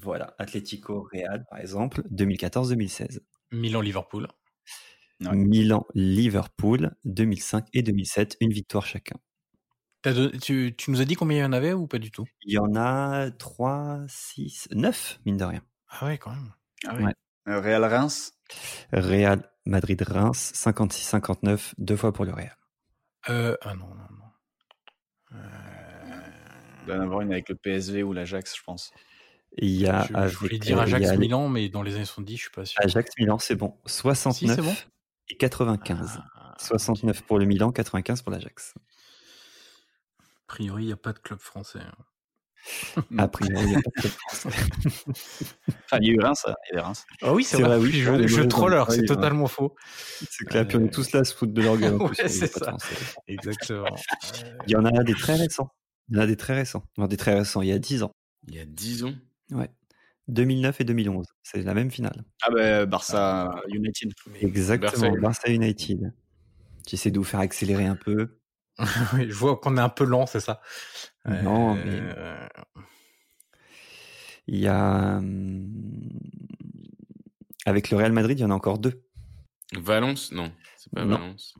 D: Voilà, Atlético Real, par exemple, 2014-2016.
C: Milan-Liverpool.
F: Ouais.
D: Milan-Liverpool, 2005 et 2007, une victoire chacun.
C: T'as don- tu, tu nous as dit combien il y en avait ou pas du tout
D: Il y en a 3, 6, 9, mine de rien.
C: Ah ouais, quand même.
F: Ah oui.
D: Ouais.
F: Euh, Real Reims.
D: Real, Madrid-Reims, 56-59, deux fois pour le Real.
C: Euh, ah non, non, non. Euh,
F: Il doit y en avoir une avec le PSV ou l'Ajax, je pense.
D: Il y a
C: je, je voulais dire
D: il y a
C: Ajax Milan, mais dans les années 70, je suis pas sûr.
D: Ajax Milan, c'est bon. 69
C: Si, c'est bon
D: et 95.
C: Ah,
D: 69 pour le Milan, 95 pour l'Ajax.
C: A priori, il n'y a pas de club français. hein.
F: Non.
D: A priori, il y a pas de club français.
F: Enfin, il y a eu Reims. euh, Il y a eu Reims.
C: Ah oui, c'est
D: C'est
C: vrai.
D: vrai, oui,
C: je,
D: je vois les
C: je
D: mauvais
C: troll
D: endroits.
C: alors que c'est
D: Oui, ouais.
C: totalement faux.
D: *laughs* C'est clair, puis on est tous là à se foutre de leur *laughs* gueule. en
C: Ouais,
D: plus, il y a
C: c'est
D: pas de
C: ça.
D: français.
C: Exactement.
D: Il y en a des très récents. Il y en a des très récents. Enfin, des très récents, il y a 10 ans.
E: Il y a 10 ans.
D: 2009 et 2011. C'est la même finale.
F: Ah bah, Barça United.
D: Exactement.
E: Barça-
D: Barça United. J'essaie de vous faire accélérer un peu.
C: *laughs* Oui, je vois qu'on est un peu lent, c'est ça
D: Non, mais-
C: euh,
D: Il y a. hum, Avec le Real Madrid, il y en a encore deux.
E: Valence Non, c'est pas
D: Non.
E: Valence.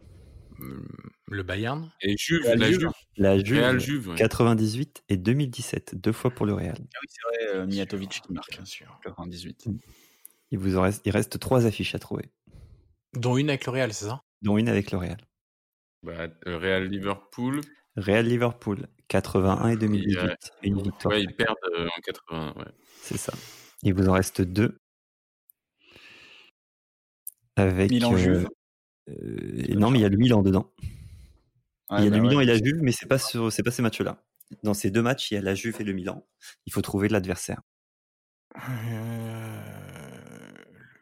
C: mm, Le Bayern
E: Et Juve,
F: Real
E: la
F: Juve.
E: Juve.
D: La Juve,
E: Real Juve. ouais.
D: 98 et 2017. Deux fois pour le Real.
F: Ah oui, c'est vrai, euh, Mijatovic qui marque.
C: Bien sûr.
F: 98.
D: Il vous en reste, il reste trois affiches à trouver,
C: Dont une avec le Real, c'est ça
D: dont une avec le Real.
E: Bah, euh, Real Liverpool.
D: Real Liverpool, 81 et 2018,
E: Ouais.
D: et une victoire.
E: Ouais, ils perdent euh, en 80. Ouais.
D: C'est ça. Il vous en reste deux. Avec
F: Milan,
D: euh,
F: Juve.
D: euh, et non, mais il y a le Milan dedans.
F: Ouais,
D: il y a
F: bah
D: le Milan
F: ouais.
D: et la Juve, mais c'est pas sur- c'est pas ces matchs-là. Dans ces deux matchs, il y a la Juve et le Milan. Il faut trouver l'adversaire.
C: Euh,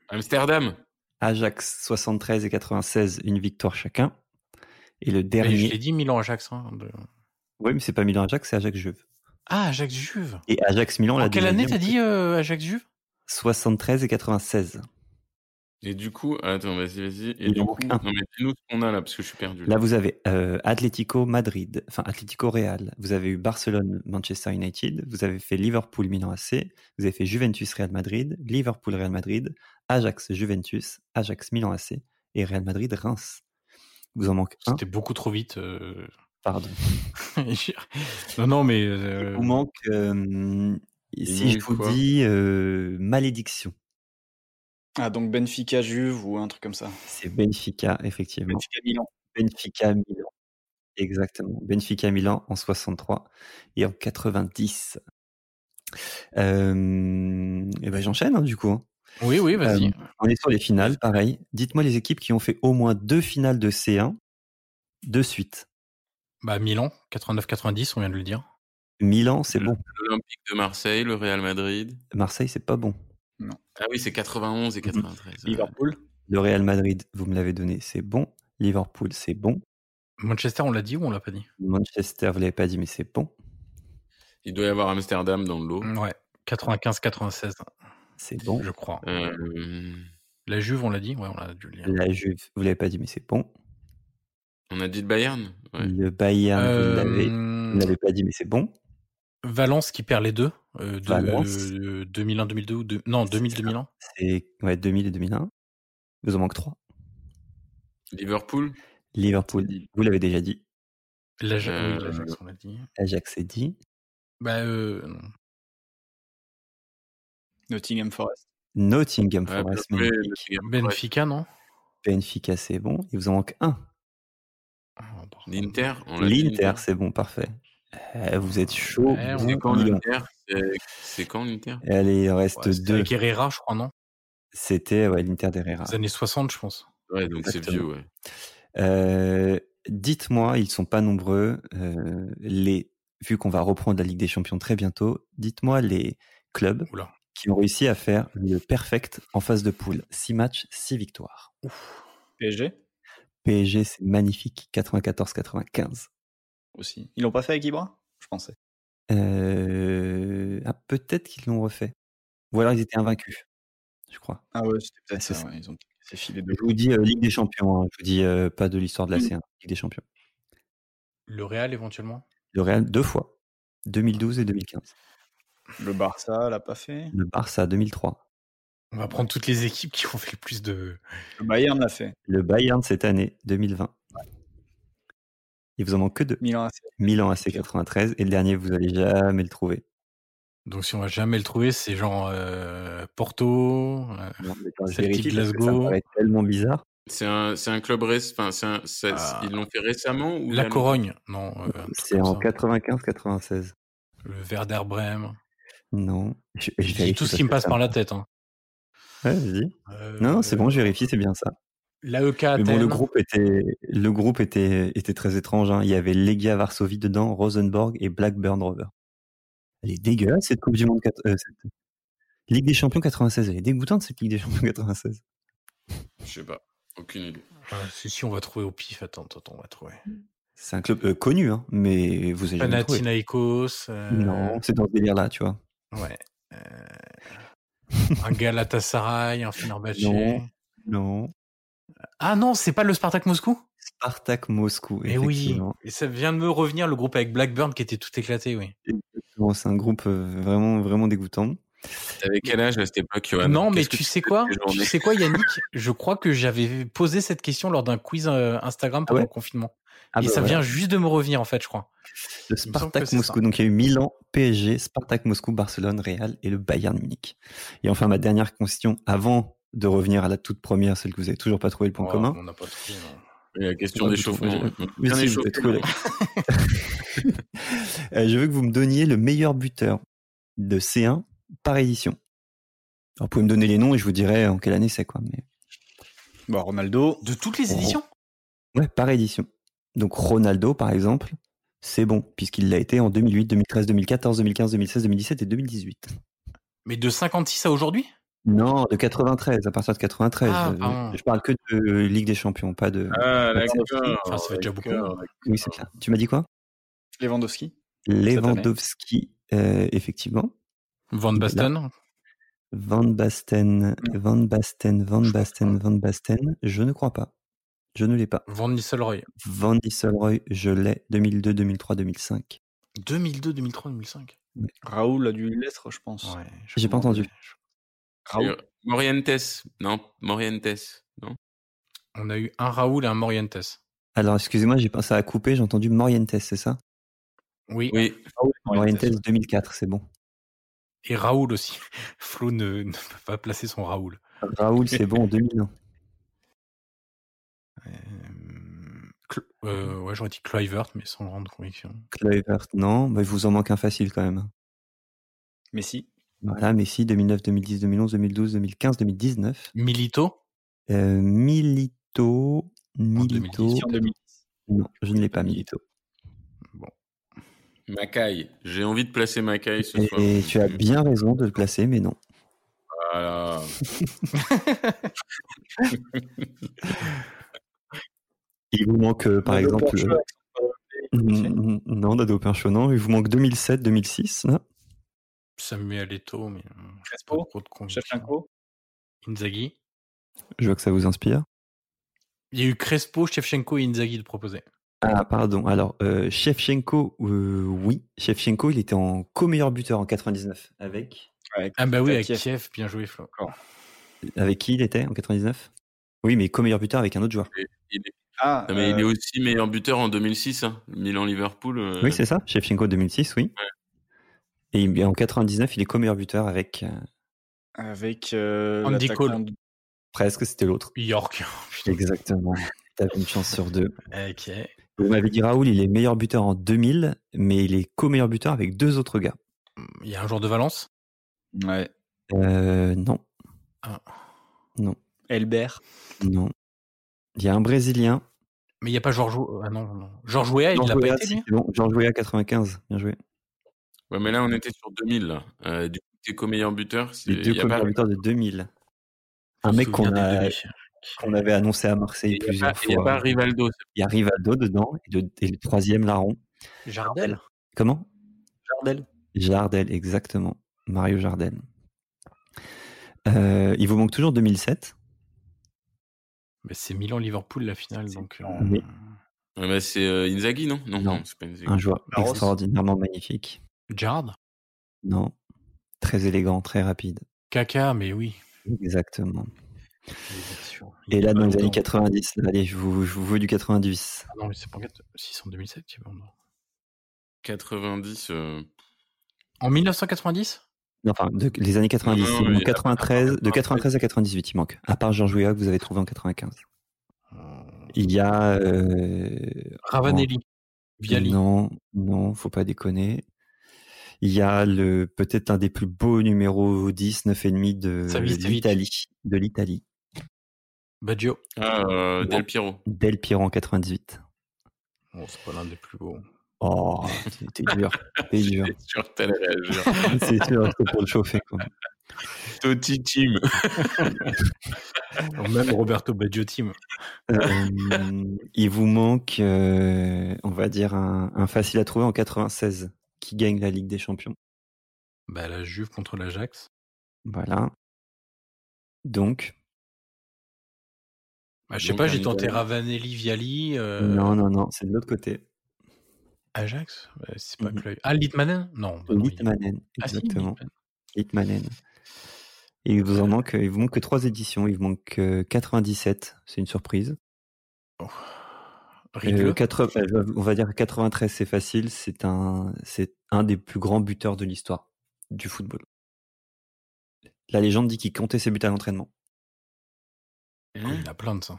E: Amsterdam.
D: Ajax 73 et 96, une victoire chacun. Et
C: mais
D: le
C: Je l'ai
D: dernier.
C: dit, Milan-Ajax. hein, de-
D: Oui, mais c'est pas Milan Ajax, c'est Ajax Juve.
C: Ah, Ajax-Juve
D: Et Ajax Milan.
C: En quelle année t'as dit euh, Ajax-Juve
D: 73 et 96.
E: Et du coup, attends, vas-y, vas-y. Et
D: Il
E: du
D: en
E: coup,
D: manque
E: non,
D: un.
E: mais dis-nous ce qu'on a là, parce que je suis perdu.
D: Là, vous avez euh, Atlético Madrid, enfin Atlético Real. Vous avez eu Barcelone, Manchester United. Vous avez fait Liverpool, Milan AC. Vous avez fait Juventus, Real Madrid, Liverpool, Real Madrid, Ajax, Juventus, Ajax, Milan AC et Real Madrid, Reims. Vous en manque un,
C: C'était beaucoup trop vite. euh. *laughs*
D: pardon.
C: non, non, mais... euh,
D: Il vous manque. euh, si je
E: manque
D: vous
E: quoi
D: dis euh, malédiction,
F: Ah, donc Benfica Juve ou un truc comme ça.
D: c'est Benfica effectivement.
F: Benfica Milan.
D: Benfica Milan, exactement. Benfica Milan en 63 et en 90. Euh, et ben j'enchaîne hein, du coup. hein.
C: Oui, oui, vas-y.
D: Euh, on est sur les finales, pareil. Dites-moi les équipes qui ont fait au moins deux finales de C1 de suite.
C: Bah, Milan, 89-90, on vient de le dire.
D: Milan, c'est
E: Le-
D: bon.
E: L'Olympique de Marseille, le Real Madrid.
D: Marseille, c'est pas bon.
E: Ah oui, c'est 91 et 93. ouais.
F: Liverpool.
D: Le Real Madrid, vous me l'avez donné, c'est bon. Liverpool, c'est bon.
C: Manchester, on l'a dit ou on l'a pas dit
D: Manchester, vous l'avez pas dit, mais c'est bon.
E: Il doit y avoir Amsterdam dans le lot.
C: Ouais, 95-96,
D: C'est bon.
C: je crois.
E: Euh,
C: La Juve, on l'a dit Ouais, on l'a dû le dire.
D: La Juve, vous l'avez pas dit, mais c'est bon.
E: on a dit le Bayern Ouais.
D: Le Bayern, vous
C: Euh,
D: l'avez- vous l'avez pas dit, mais c'est bon.
C: Valence qui perd les deux, euh, de,
D: Valence.
C: euh, 2001-2002 ou de- non 2000-2001.
D: C'est ouais, 2000 et 2001. Il vous en manque trois.
E: Liverpool
D: Liverpool, vous l'avez déjà dit.
C: L'Ajax,
E: Euh,
C: oui, l'Ajax, on l'a dit.
D: Ajax, c'est dit.
C: Bah, euh, non.
F: Nottingham Forest.
D: Nottingham
E: Ouais,
D: Forest,
E: bien joué,
D: magnifique.
E: Nottingham Forest.
C: Benfica, non
D: Benfica, c'est bon. Il vous en manque un.
C: Ah, pardon.
E: L'Inter on l'a dit,
D: L'Inter, c'est bon, parfait. Euh, vous êtes chaud.
C: Ouais,
D: vous
C: on-
E: C'est
D: êtes
E: quand
D: brillant.
E: l'Inter C'est- C'est quand l'Inter
D: Allez, il reste
C: Ouais, c'était
D: deux. Ah.
C: avec Herrera, je crois, non
D: C'était ouais, l'Inter d'Herrera.
C: Les années 60, je pense.
E: Ouais, donc c'est
D: Exactement.
E: vieux, ouais.
D: Euh, Dites-moi, ils sont pas nombreux. euh, les, vu qu'on va reprendre la Ligue des Champions très bientôt, dites-moi les clubs
C: Oula.
D: qui ont réussi à faire le perfect en phase de poule. 6 matchs, 6 victoires.
F: PSG
D: PSG, c'est magnifique, 94-95.
F: aussi. Ils l'ont pas fait avec Ibra Je pensais.
D: Euh, ah, peut-être qu'ils l'ont refait. Ou alors ils étaient invaincus, je crois.
F: Ah ouais, c'était
D: peut-être
F: peut-être
D: ça,
F: ça. ouais, Ils ont c'est filé de
D: Je vous dis euh, Ligue des Champions, hein, je vous dis euh, pas de l'histoire de la C1, Ligue des Champions.
C: Le Real, éventuellement
D: Le Real, deux fois, 2012 et 2015.
F: Le Barça l'a pas fait.
D: Le Barça, 2003.
C: On va prendre toutes les équipes qui ont fait le plus de.
F: Le Bayern l'a fait.
D: Le Bayern cette année, 2020. Il vous en manque que deux.
F: Milan AC.
D: Milan AC 93 et le dernier, vous allez jamais le trouver.
C: Donc, si on va jamais le trouver, c'est genre euh, Porto. euh,
D: Non, mais attends, je
C: Celtic
D: vérifie parce que Ça
C: Glasgow.
D: me paraît tellement bizarre.
E: C'est un, c'est un club récent. Enfin, c'est un- ça-
C: Ah.
E: Ils l'ont fait récemment ou il y a
C: la
E: longtemps
C: Corogne, non. euh, un truc
D: C'est
C: comme
D: en
C: ça.
D: 95-96.
C: Le Werder Bremen.
D: Non. Je, je
C: Je dis
D: vérifie
C: tout ce
D: parce
C: qui me
D: que
C: passe
D: ça
C: par la tête. hein.
D: Ouais, vas-y.
C: Euh,
D: Non, non, c'est bon, je vérifie, c'est bien ça.
C: L'AEK
D: Mais
C: E Athènes.
D: bon, le groupe était, le groupe était, était très étrange. hein. Il y avait Legia Varsovie dedans, Rosenborg et Blackburn Rover. Elle est dégueulasse cette Coupe du Monde. quat- euh, cette Ligue des Champions 96. Elle est dégoûtante cette Ligue des Champions *laughs* 96.
E: Je sais pas. Aucune idée.
C: Ah, si, si, on va trouver au pif. Attends, attends, on va trouver.
D: C'est un club euh, connu, hein, mais vous avez jamais trouvé.
C: Panathinaikos. euh,
D: Non, c'est dans ce délire-là, tu vois.
C: Ouais. Euh, un Galatasaray, un Fenerbahçe.
D: Non. Non.
C: Ah non, c'est pas le Spartak Moscou
D: Spartak Moscou,
C: Eh oui.
D: effectivement.
C: Et ça vient de me revenir le groupe avec Blackburn qui était tout éclaté, oui.
D: Bon, c'est un groupe euh, vraiment, vraiment dégoûtant.
E: T'avais quel âge à cette époque, Johan
C: non, mais
E: Qu'est-ce que
C: tu sais
E: faisais
C: quoi
E: de tes
C: Tu
E: journées
C: sais quoi, Yannick Je crois que j'avais posé cette question lors d'un quiz euh, Instagram pendant
D: ouais
C: le confinement.
D: Ah
C: Et
D: bah
C: ça
D: voilà.
C: vient juste de me revenir, en fait, je crois.
D: Le
C: semble que
D: Spartak
C: c'est
D: Moscou.
C: ça.
D: Donc il y a eu Milan, PSG, Spartak Moscou, Barcelone, Real et le Bayern Munich. Et enfin, ma dernière question avant de revenir à la toute première, celle que vous avez toujours pas trouvé le point
C: Oh,
D: commun.
C: On n'a pas trouvé, non.
E: Et La Euh, question d'échauffement.
D: Mais
E: Bien
D: si, vous
E: échauffé,
D: avez trouvé la- Euh, Je veux que vous me donniez le meilleur buteur de C1 par édition. Alors, vous pouvez me donner les noms et je vous dirai en quelle année c'est quoi. Mais...
F: Bon, Bah, Ronaldo.
C: De toutes les
D: Oh.
C: éditions
D: Ouais, par édition. Donc Ronaldo, par exemple, c'est bon, puisqu'il l'a été en 2008, 2013, 2014, 2015, 2016, 2017 et 2018.
C: Mais de 56 à aujourd'hui
D: Non, de 93, à partir de 93.
C: Ah,
D: je-
C: pardon.
D: je, parle que de Ligue des Champions, pas de...
E: Ah,
D: Attends,
E: d'accord.
C: ah, ça fait déjà beaucoup.
E: d'accord.
D: oui, c'est clair. Tu m'as dit quoi
F: Lewandowski.
D: Lewandowski, euh, effectivement.
C: Van Basten
D: Van Basten,
F: Non.
D: Van Basten, Van
C: Mm. Je crois
D: Basten, Van Basten. Je ne crois pas. Je ne l'ai pas.
C: Van Nistelrooy.
D: Van Nistelrooy, je l'ai. 2002, 2003, 2005.
C: 2002, 2003, 2005.
F: Raoul a dû l'être, je pense.
C: Ouais, je
D: J'ai pas
C: comprends.
D: entendu.
F: Raoul.
E: Morientes. Non, Morientes. Non
C: On a eu un Raoul et un Morientes.
D: Alors, excusez-moi, j'ai pensé à couper. J'ai entendu Morientes, c'est ça
C: Oui.
E: Oui.
F: Raoul
D: Morientes 2004, c'est bon.
C: Et Raoul aussi. *laughs* Flo ne, ne peut pas placer son Raoul.
D: Raoul, c'est bon en 2001.
C: Euh, Cl- euh, ouais, j'aurais dit Kluivert, mais sans grande conviction.
D: Kluivert, non. Bah, il vous en manque un facile quand même.
F: Messi.
D: Voilà, Messi 2009, 2010, 2011, 2012, 2015, 2019.
C: Milito
D: Euh, Milito,
C: en
D: Milito.
C: 2010.
D: Non, je ne l'ai pas Milito.
E: Macaille. J'ai envie de placer Macaille ce soir.
D: Et, et tu as bien raison de le placer, mais non.
E: Voilà.
D: Il vous manque, euh, par
F: Nado
D: exemple.
F: Porcho,
D: euh, mm, mm, Non, Dado Pinchot, non. Il vous manque 2007, 2006. là.
C: Samuel Eto'o, mais euh, j'ai pas
F: Crespo
C: trop de conviction.
F: Shevchenko.
C: Inzaghi.
D: Je vois que ça vous inspire.
C: Il y a eu Crespo, Shevchenko et Inzaghi de proposer.
D: Ah, pardon. Alors, euh, Shevchenko, euh, oui. Shevchenko, il était en co-meilleur buteur en 99. Avec
C: Ah bah oui,
F: T'as
C: à Kiev.
F: Kiev.
C: bien joué Flo.
D: Avec qui il était en 99 Oui, mais co-meilleur buteur avec un autre joueur.
F: Ah,
E: Non, mais il
F: euh,
E: est aussi meilleur buteur en 2006, hein. Milan-Liverpool. euh,
D: Oui, c'est ça. Shevchenko 2006, oui. Et il- en 99, il est co-meilleur buteur avec euh,
F: avec euh,
C: Andy
F: l'attaquant
C: Cole.
F: de-
D: presque, c'était l'autre.
C: York.
D: *laughs* Exactement. T'avais une chance sur deux.
C: ok.
D: Vous m'avez dit Raoul, il est meilleur buteur en 2000, mais il est co-meilleur buteur avec deux autres gars.
C: Il y a un joueur de Valence.
F: Ouais.
D: Euh, non,
F: Elbert.
D: non. Il y a un Brésilien.
C: Mais il n'y a pas Georges. Ah non, non. Georges Weah, il
D: Georges
C: l'a pas
D: Weah,
C: été
D: si,
C: lui
D: c'est bon. Georges Weah, 95. Bien joué.
E: Ouais, mais là, on était sur 2000. Là. Euh, du coup, t'es co-meilleur buteur. c'est-
D: Les deux
E: y a pas-
D: co-meilleurs buteurs de 2000.
C: Je
D: Un
C: me
D: mec
C: souviens
D: qu'on
C: des
D: a-
C: demi.
D: qu'on avait annoncé à
E: Il
D: Marseille
E: n'y a,
D: plusieurs
E: pas-
D: fois.
E: il y a pas Rivaldo.
D: Il y a Rivaldo dedans et, le- et le troisième larron.
C: Jardel.
D: Comment
F: Jardel.
D: Jardel, exactement. Mario Jardel. Euh, il vous manque toujours 2007.
C: Mais c'est Milan Liverpool la finale donc. euh,
D: Oui.
E: Ouais, bah, c'est euh, Inzaghi, non Non,
D: Non.
E: non, c'est pas Inzaghi.
D: Un joueur
F: Barros.
D: extraordinairement magnifique.
C: Gerrard
D: Non. Très élégant, très rapide.
C: Kaka, mais oui.
D: Exactement.
C: Mais bien sûr.
D: Et
C: Il y
D: là,
C: a
D: dans
C: pas
D: les années
C: longtemps.
D: 90, là, allez, je vous, je vous veux du 90.
C: Ah non, mais c'est pas 6 en 2007, il y avait un-
E: 90. euh,
C: En 1990
D: Non, Enfin, de- les années 90,
E: Non, non,
D: il
E: mais
D: manque
E: à-
D: 93, de
E: à-
D: 93 à 98, il manque. À part Georges Weah que vous avez trouvé en 95.
C: Euh,
D: Il y a. euh,
C: Ravanelli. Viali.
D: Non, non, faut pas déconner. Il y a le peut-être un des plus beaux numéros 10, 9,5 de
C: Savicevic.
D: l'Italie. De l'Italie.
C: Baggio.
E: Ah, euh,
D: Non.
E: Del Piero.
D: Del Piero en 98.
C: Bon, Oh, c'est pas l'un des plus *laughs* beaux.
D: Oh, t'es- t'es dur, t'es
C: *laughs*
D: dur.
E: J'étais sûr que t'allais réagir.
D: C'est sûr, c'est pour le chauffer. quoi.
E: Totti Team.
C: Même Roberto Baggio Team.
D: Euh, il vous manque, euh, on va dire, un, un facile à trouver en 96 qui gagne la Ligue des Champions.
C: Bah, la Juve contre l'Ajax.
D: Voilà. Donc,
C: Bah, je sais
E: Donc,
C: pas,
E: un
C: j'ai tenté
E: Italien.
C: Ravanelli, Viali, euh,
D: non, non, non, c'est de l'autre côté.
C: Ajax. Euh, c'est pas
D: Mhm.
C: Cluy. Ah, Litmanen Non. bah non, il-
D: Litmanen,
C: Ah, si,
D: exactement.
C: Litmanen.
D: Litmanen. Et il vous en manque, euh, il vous manque que trois éditions. Il vous manque euh, 97, c'est une surprise.
C: Rigleux.
D: Euh, 80 euh, on va dire 93, c'est facile. C'est un, c'est un des plus grands buteurs de l'histoire du football. La légende dit qu'il comptait ses buts à l'entraînement.
C: Oh, il y en a plein de ça.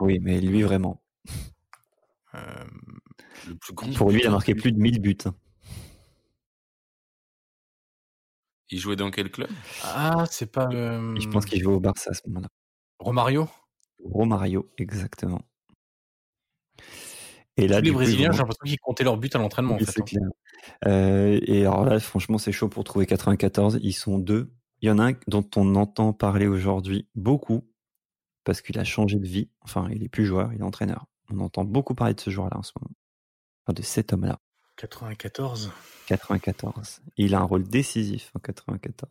D: Oui, mais lui vraiment.
C: Euh,
E: Le plus grand.
D: Pour lui, il a marqué plus de 1000 buts. hein.
E: Il jouait dans quel club
C: Ah, c'est pas. euh,
D: Et je pense qu'il joue au Barça à ce moment-là.
C: Romario
D: Romario, exactement. Et là,
C: Tous les
D: du coup, il
C: Brésiliens,
D: vous
C: j'ai
D: manque-
C: l'impression qu'ils comptaient leur but à l'entraînement. en
D: Oui,
C: fait,
D: c'est
C: hein.
D: clair. Euh, et alors là, franchement, c'est chaud pour trouver 94. Ils sont deux. Il y en a un dont on entend parler aujourd'hui beaucoup parce qu'il a changé de vie. Enfin, il est plus joueur, il est entraîneur. On entend beaucoup parler de ce joueur-là en ce moment. Enfin, de cet homme-là,
C: 94.
D: 94. Il a un rôle décisif en 94.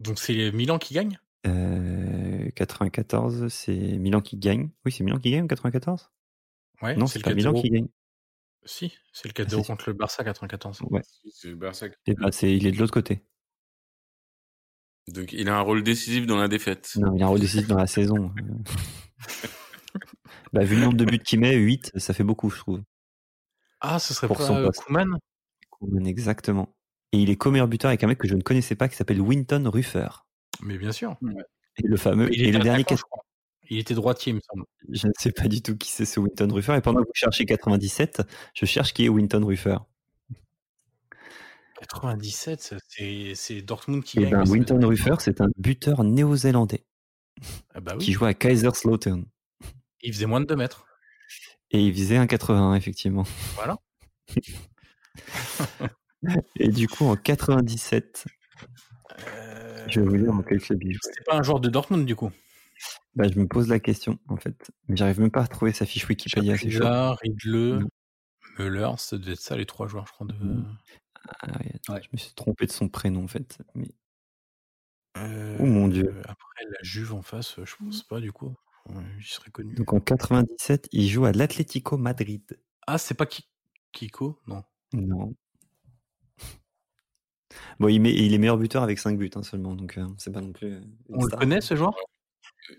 C: Donc c'est Milan qui gagne
D: Euh, 94, c'est Milan qui gagne. Oui, c'est Milan qui gagne en 94
C: Ouais,
D: Non,
C: c'est
D: c'est
C: le
D: pas
C: 4
D: Milan qui gagne.
C: Si, c'est le
D: Ah,
C: 4-0
D: c'est-
C: contre le Barça 94.
D: Ouais.
E: C'est Barça.
D: Eh ben, c'est- il est de l'autre côté.
E: Donc, il a un rôle décisif dans la défaite.
D: Non, il a un rôle décisif dans
C: *laughs*
D: la saison. bah, vu le nombre de buts qu'il met, 8, ça fait beaucoup, je trouve.
C: Ah, ce serait
D: Pour
C: pas
D: son
C: euh,
D: poste.
C: Koeman
D: Koeman, Exactement. Et il est co-meilleur buteur avec un mec que je ne connaissais pas qui s'appelle Winton Ruffer.
C: Mais bien sûr.
D: Et le fameux.
C: Il
D: et
C: était
D: le dernier,
C: attaquant, je crois. Il était droitier, il me semble.
D: je ne sais pas du tout qui c'est ce Winton Ruffer. Et pendant que vous cherchez 97, je cherche qui est Winton Ruffer.
C: 97, c'est- c'est Dortmund qui
D: Et
C: gagne.
D: ben,
C: ça.
D: Winton Ruffer, c'est un buteur néo-zélandais
C: Ah bah
D: qui
C: oui.
D: jouait à Kaiserslautern.
C: Il faisait moins de 2 mètres.
D: Et il visait 1,81, effectivement.
C: Voilà.
D: *laughs* Et du coup, en 97,
C: Euh,
D: je vais vous dire en quel club il jouait.
C: C'était pas un joueur de Dortmund, du coup.
D: Bah, je me pose la question, en fait. Mais j'arrive même pas à retrouver sa fiche Wikipédia, c'est chaud.
C: Chapuisat, Ridleux,
D: Non.
C: Müller, ça devait être ça, les trois joueurs, je crois. De...
D: Mm. Ah oui, attends,
F: Ouais.
D: Je me suis trompé de son prénom, en fait. Mais...
C: Euh,
D: Oh mon dieu. Mm.
C: Après, la Juve en face, euh, je pense pas, du coup. Ouais, Il serait connu.
D: Donc en 97, il joue à l'Atlético Madrid.
C: Ah, c'est pas Ki- Kiko Non.
D: Non. Bon, il, met- il est meilleur buteur avec 5 buts hein, seulement, donc euh, c'est pas non plus. euh, une
C: On le
D: star.
C: connaît, ce joueur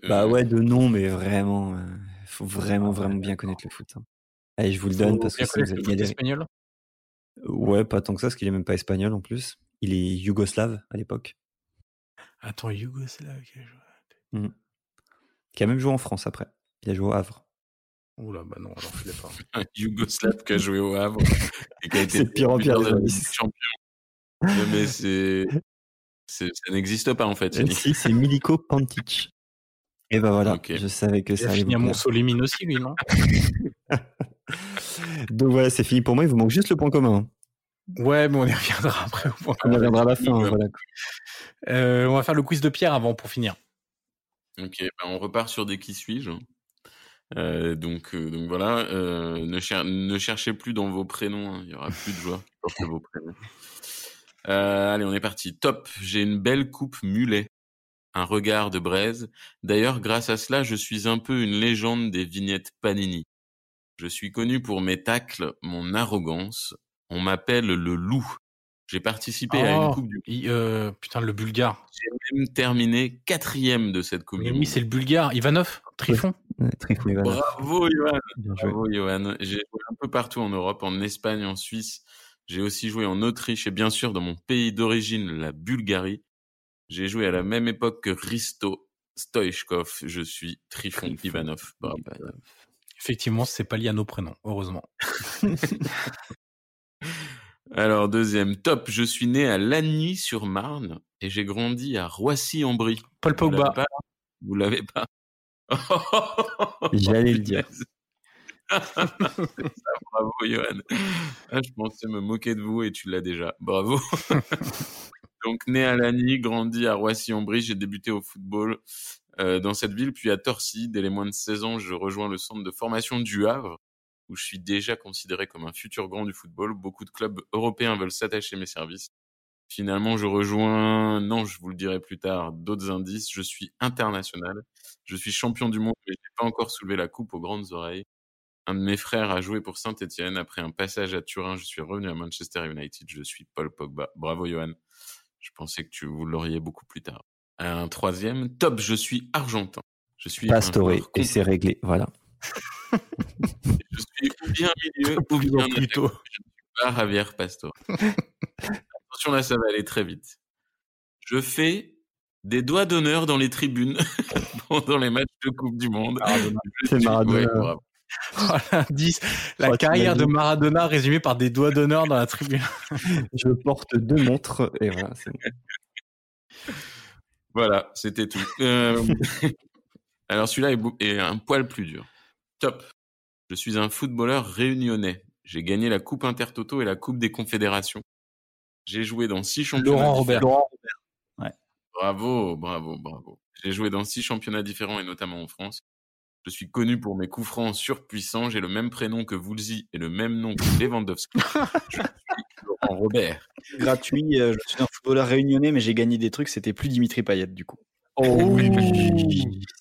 E: Euh,
D: Bah ouais, de nom, mais vraiment, euh, faut vraiment, vraiment bien connaître le foot. hein. Allez, je vous le donne parce que si vous avez galéré-
C: espagnol.
D: Ouais, pas tant que ça, parce qu'il est même pas espagnol en plus. Il est yougoslave à l'époque,
C: Attends, Hugo, c'est là. quel joueur
D: qui a même joué en France après. Il a joué au Havre.
C: Oula, bah non, alors je l'ai pas.
E: Un Yougoslave qui a joué au Havre. et qui a été
D: C'est de pire en pire,
E: buteur de la
D: les
E: Ligue
D: indices.
E: des Champions. Non, mais c'est. c'est- Ça n'existe pas en fait.
D: Et
E: Yannick.
D: si, c'est Miliko Pantic. Et ben voilà,
E: Ok.
D: je savais que
C: Il
D: ça
C: a
D: allait
C: fini à
D: vous plaire.
C: Montsolémine aussi, lui, non
D: Donc voilà, c'est fini pour moi. Il vous manque juste le point commun. hein.
C: Ouais, mais on y reviendra *laughs* après. au point
D: On y
C: commun.
D: reviendra à la fin.
E: Ouais.
D: hein, voilà.
C: Euh, on va faire le quiz de Pierre avant pour finir.
E: Ok, bah on repart sur des qui suis-je. Euh, donc, euh, donc voilà, euh, ne, cher- ne cherchez plus dans vos prénoms, hein. il y aura plus de joueurs qui portent vos prénoms. Euh, allez, on est parti. Top, j'ai une belle coupe mulet, un regard de braise. D'ailleurs, grâce à cela, je suis un peu une légende des vignettes Panini. Je suis connu pour mes tacles, mon arrogance. On m'appelle le loup. J'ai participé à
C: Oh.
E: une coupe du
C: Il, euh, putain, le Bulgare.
E: monde, terminé quatrième de cette coupe
C: Mais
E: du
C: oui,
E: monde.
C: c'est le Bulgare. Ivanov Trifon
D: Ouais, Trifon Ivanov,
E: Bravo, Johan.
D: bien joué.
E: Bravo, Johan. J'ai joué un peu partout en Europe, en Espagne, en Suisse. J'ai aussi joué en Autriche et bien sûr dans mon pays d'origine, la Bulgarie. J'ai joué à la même époque que Risto Stoichkov. Je suis Trifon
D: Trifon
E: Ivanov. bah, Bravo.
C: Effectivement, c'est pas lié à nos prénoms, heureusement.
E: Alors, deuxième top. Je suis né à Lagny-sur-Marne et j'ai grandi à Roissy-en-Brie.
C: Paul
E: Vous l'avez
C: Pogba.
E: pas Vous l'avez pas *laughs*
D: J'allais le dire.
E: Punaise. *laughs* C'est ça, bravo, Johan. Ah, je pensais me moquer de vous et tu l'as déjà. Bravo. Donc, né à Lagny, grandi à Roissy-en-Brie, j'ai débuté au football euh, dans cette ville, puis à Torcy. Dès les moins de 16 ans, je rejoins le centre de formation du Havre, où je suis déjà considéré comme un futur grand du football. Beaucoup de clubs européens veulent s'attacher à mes services. Finalement, je rejoins, non, je vous le dirai plus tard, d'autres indices. Je suis international. Je suis champion du monde, mais je n'ai pas encore soulevé la coupe aux grandes oreilles. Un de mes frères a joué pour Saint-Etienne. Après un passage à Turin, je suis revenu à Manchester United. Je suis Paul Pogba. Bravo, Johan. Je pensais que tu, vous l'auriez beaucoup plus tard. Un troisième. Top, je suis argentin. Je suis un
D: Pastore,
E: joueur
D: et c'est réglé. Voilà.
E: je suis ou bien milieu ou bien plutôt. Je ne suis pas Javier
D: *laughs*
E: Pastore. Attention là, ça va aller très vite. Je fais des doigts d'honneur dans les tribunes *laughs* pendant les matchs de Coupe du Monde. Je
D: C'est
E: suis-
D: Maradona.
E: ouais, bravo.
C: Voilà, 10. La
D: Oh,
C: carrière de
D: t'imagines.
C: Maradona résumée par des doigts d'honneur dans la tribune. *laughs*
D: Je porte deux montres et voilà. c'est bon.
E: Voilà, c'était tout.
C: *laughs*
E: Euh, Alors celui-là est, bou- est un poil plus dur. Top. Je suis un footballeur réunionnais. J'ai gagné la Coupe Intertoto et la Coupe des Confédérations. J'ai joué dans six championnats.
C: Laurent
E: différents.
C: Robert.
E: Bravo, bravo, bravo. J'ai joué dans six championnats différents et notamment en France. Je suis connu pour mes coups francs surpuissants. J'ai le même prénom que Woolsey et le même nom
C: *laughs*
E: que Lewandowski. Je suis Laurent Robert.
F: Gratuit, euh, je suis un footballeur réunionnais, mais j'ai gagné des trucs, c'était plus Dimitri Payet du coup.
C: Oh.
D: Oui,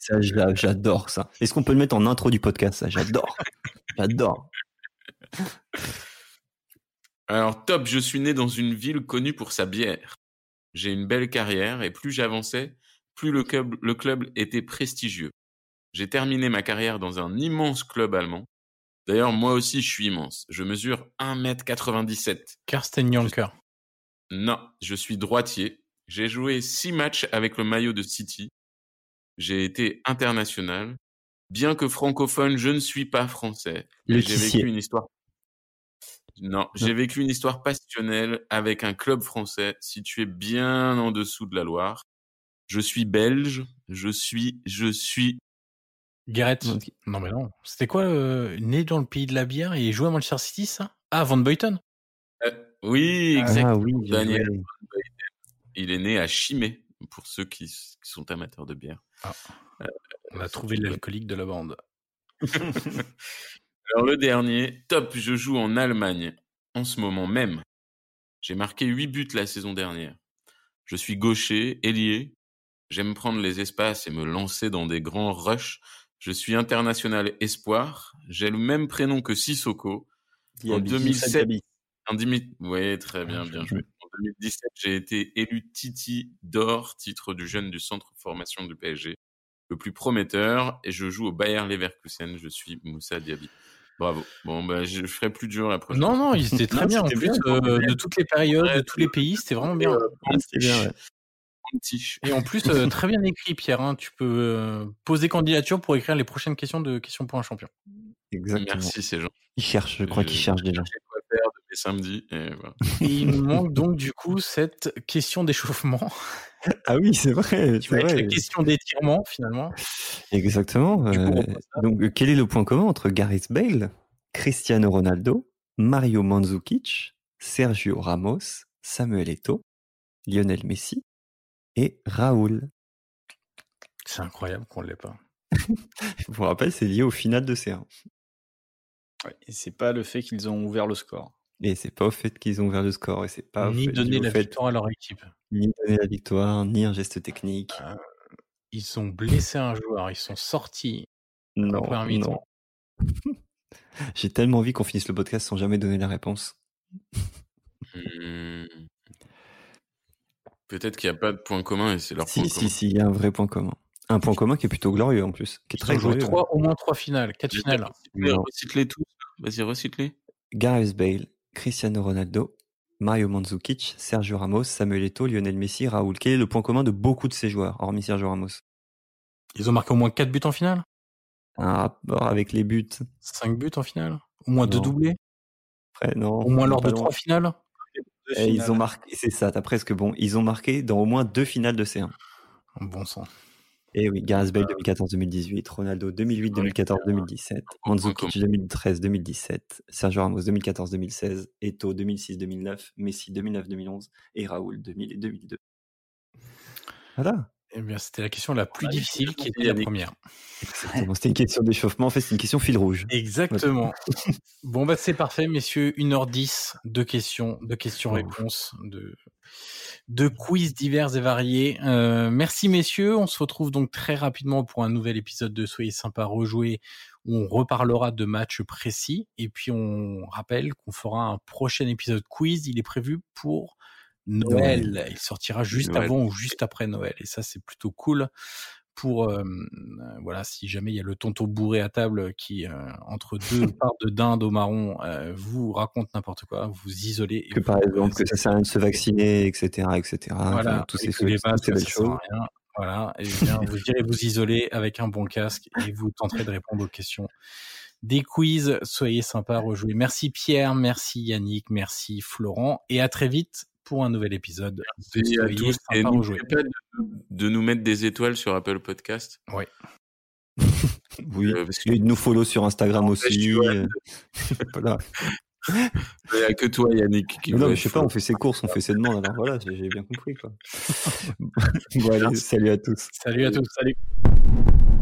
D: ça, j'a- j'adore ça. Est-ce qu'on peut le mettre en intro du podcast Ça, j'adore. *laughs* J'adore.
E: Alors, top, je suis né dans une ville connue pour sa bière. J'ai une belle carrière et plus j'avançais, plus le club, le club était prestigieux. J'ai terminé ma carrière dans un immense club allemand. D'ailleurs, moi aussi, je suis immense. Je mesure 1m97.
C: Karsten Janker.
E: Non, je suis droitier. J'ai joué six matchs avec le maillot de City. J'ai été international. Bien que francophone, je ne suis pas français.
D: Le
E: Et J'ai
D: tissier.
E: vécu une histoire. Non, j'ai vécu une histoire passionnelle avec un club français situé bien en dessous de la Loire. Je suis belge, je suis, je suis.
C: Gareth
D: Non.
C: Non, mais non. C'était quoi, euh, né dans le pays de la bière et joué à Manchester City, ça Ah, Van Buyten
E: Oui, exact.
D: Ah oui, bien
E: Daniel.
D: joué.
E: Il est né à Chimay, pour ceux qui, s- qui sont amateurs de bière.
C: Ah. On a trouvé l'alcoolique de la bande.
E: Alors le dernier, top, je joue en Allemagne en ce moment même. J'ai marqué 8 buts la saison dernière. Je suis gaucher, ailier. J'aime prendre les espaces et me lancer dans des grands rushs. Je suis international espoir. J'ai le même prénom que Sissoko. En 2007.
F: Diaby.
E: En 2000 Oui,
D: Ah,
E: très bien, bien joué. En 2017, j'ai été élu Titi d'or, titre du jeune du centre de formation du PSG, le plus prometteur, et je joue au Bayer Leverkusen. Je suis Moussa Diaby. Bravo. Bon, bah, je ferai plus dur la prochaine.
C: Non, non, ils étaient très
D: Non,
C: bien. En
D: c'était
C: plus,
D: bien.
C: euh, de toutes les périodes, de tous les pays, c'était vraiment bien.
D: C'était euh, Ah, bien, ouais.
E: Pantiche.
C: Et en plus, euh, très bien écrit, Pierre. hein. Tu peux euh, poser candidature pour écrire les prochaines questions de Questions pour un champion.
D: Exactement.
E: Merci, ces gens.
D: Il cherche, je crois qu'il
E: Je-
D: cherche déjà.
E: J'ai quoi faire de mes samedis. et voilà.
C: Et il nous manque donc, du coup, cette question *laughs* d'échauffement.
D: Ah oui, c'est vrai,
C: qui
D: c'est
C: va être
D: vrai.
C: la question d'étirement, finalement.
D: Exactement.
C: Du coup, on
D: euh,
C: voit
D: donc, euh, quel est le point commun entre Gareth Bale, Cristiano Ronaldo, Mario Mandzukic, Sergio Ramos, Samuel Eto'o, Lionel Messi et Raoul
C: C'est incroyable qu'on ne l'ait pas.
D: Je vous rappelle, c'est lié au final de C1.
F: Ouais, et c'est pas le fait qu'ils ont ouvert le score.
D: Et c'est pas au fait qu'ils ont ouvert le score, et c'est pas au
C: Ni
D: fait-
C: donner
D: au
C: la
D: fait-
C: victoire à leur équipe.
D: ni donner la victoire, ni un geste technique.
C: Ils ont blessé un joueur, ils sont sortis.
D: non,
C: première
D: non.
C: mi-temps.
D: J'ai tellement envie qu'on finisse le podcast sans jamais donner la réponse.
E: Hum. Peut-être qu'il n'y a pas de point commun et c'est leur point
D: Si, si,
E: commun.
D: si, il y a un vrai point commun. Un point commun qui est plutôt glorieux en plus, qui
C: Ils
D: est très
C: ont joué
D: glorieux.
C: trois, au moins trois finales, quatre
E: Vas-y,
C: finales.
E: recite-les,
D: Non.
E: recite-les tous. Vas-y, recite-les.
D: Gareth Bale, Cristiano Ronaldo, Mario Mandzukic, Sergio Ramos, Samuel Eto'o, Lionel Messi, Raoul. Quel est le point commun de beaucoup de ces joueurs, hormis Sergio Ramos
C: Ils ont marqué au moins quatre buts en finale,
D: Un rapport avec les buts.
C: cinq buts en finale, au moins deux
D: Non.
C: doublés,
D: Après, non,
C: au moins
D: pas
C: lors de
D: loin.
C: trois finales.
D: Eh, ils ont marqué, c'est ça, t'as presque bon. Ils ont marqué dans au moins deux finales de C1.
C: Bon sang.
D: Et Eh oui, Gareth
C: Euh,
D: Bale 2014-2018, Ronaldo 2008-2014-2017, Mandzukic 2013-2017, Sergio Ramos 2014-2016, Eto'o 2006-2009, Messi 2009-2011 et Raoul 2000 et 2002. Voilà.
C: Eh bien, c'était la question la plus
D: Bah,
E: Ouais,
C: difficile
E: c'est
C: qui était la
E: Yannick.
C: première.
D: Exactement, C'était une question d'échauffement. En fait, c'est une question fil rouge.
C: Exactement. bon, bah, c'est parfait, messieurs. 1h10 de questions, de questions-réponses, de, de quiz divers et variés. Euh, merci, messieurs. On se retrouve donc très rapidement pour un nouvel épisode de Soyez sympa, rejouer où on reparlera de matchs précis. Et puis, on rappelle qu'on fera un prochain épisode quiz. Il est prévu pour Noël. Il sortira juste
E: Noël.
C: avant ou juste après Noël. Et ça, c'est plutôt cool pour euh, euh, voilà si jamais il y a le tonton bourré à table qui euh, entre
D: *laughs*
C: deux parts de dinde au marron euh, vous raconte n'importe quoi vous isolez et
D: Que
C: vous-
D: par exemple, que ça sert à rien de se vacciner, etc., etc.
C: voilà
D: Enfin, tous
C: et
D: ces,
C: que les
D: toutes
C: vases,
D: ces
C: ça
D: belles
C: sert à
D: choses.
C: rien. voilà et bien vous irez vous isoler avec un bon casque et vous tenterez de répondre aux questions des quiz soyez sympas rejouez merci Pierre merci Yannick merci Florent et à très vite pour un nouvel épisode de
E: Merci à
C: Soyez
E: tous et
C: sympas, rejouez.
E: n'oubliez pas de, de nous mettre des étoiles sur Apple Podcast.
D: Oui.
E: Euh, parce que
D: Et de nous follow sur Instagram aussi.
E: Ouais.
D: euh, *laughs* voilà.
E: il n'y a que toi, Yannick, qui
D: Mais non,
E: doit
D: mais
E: être
D: je sais pas, on fait ses courses, on fait ses demandes. Alors voilà, j'ai
E: *laughs*
D: j'ai bien compris. Quoi. bon, allez, salut à tous.
C: salut à tous salut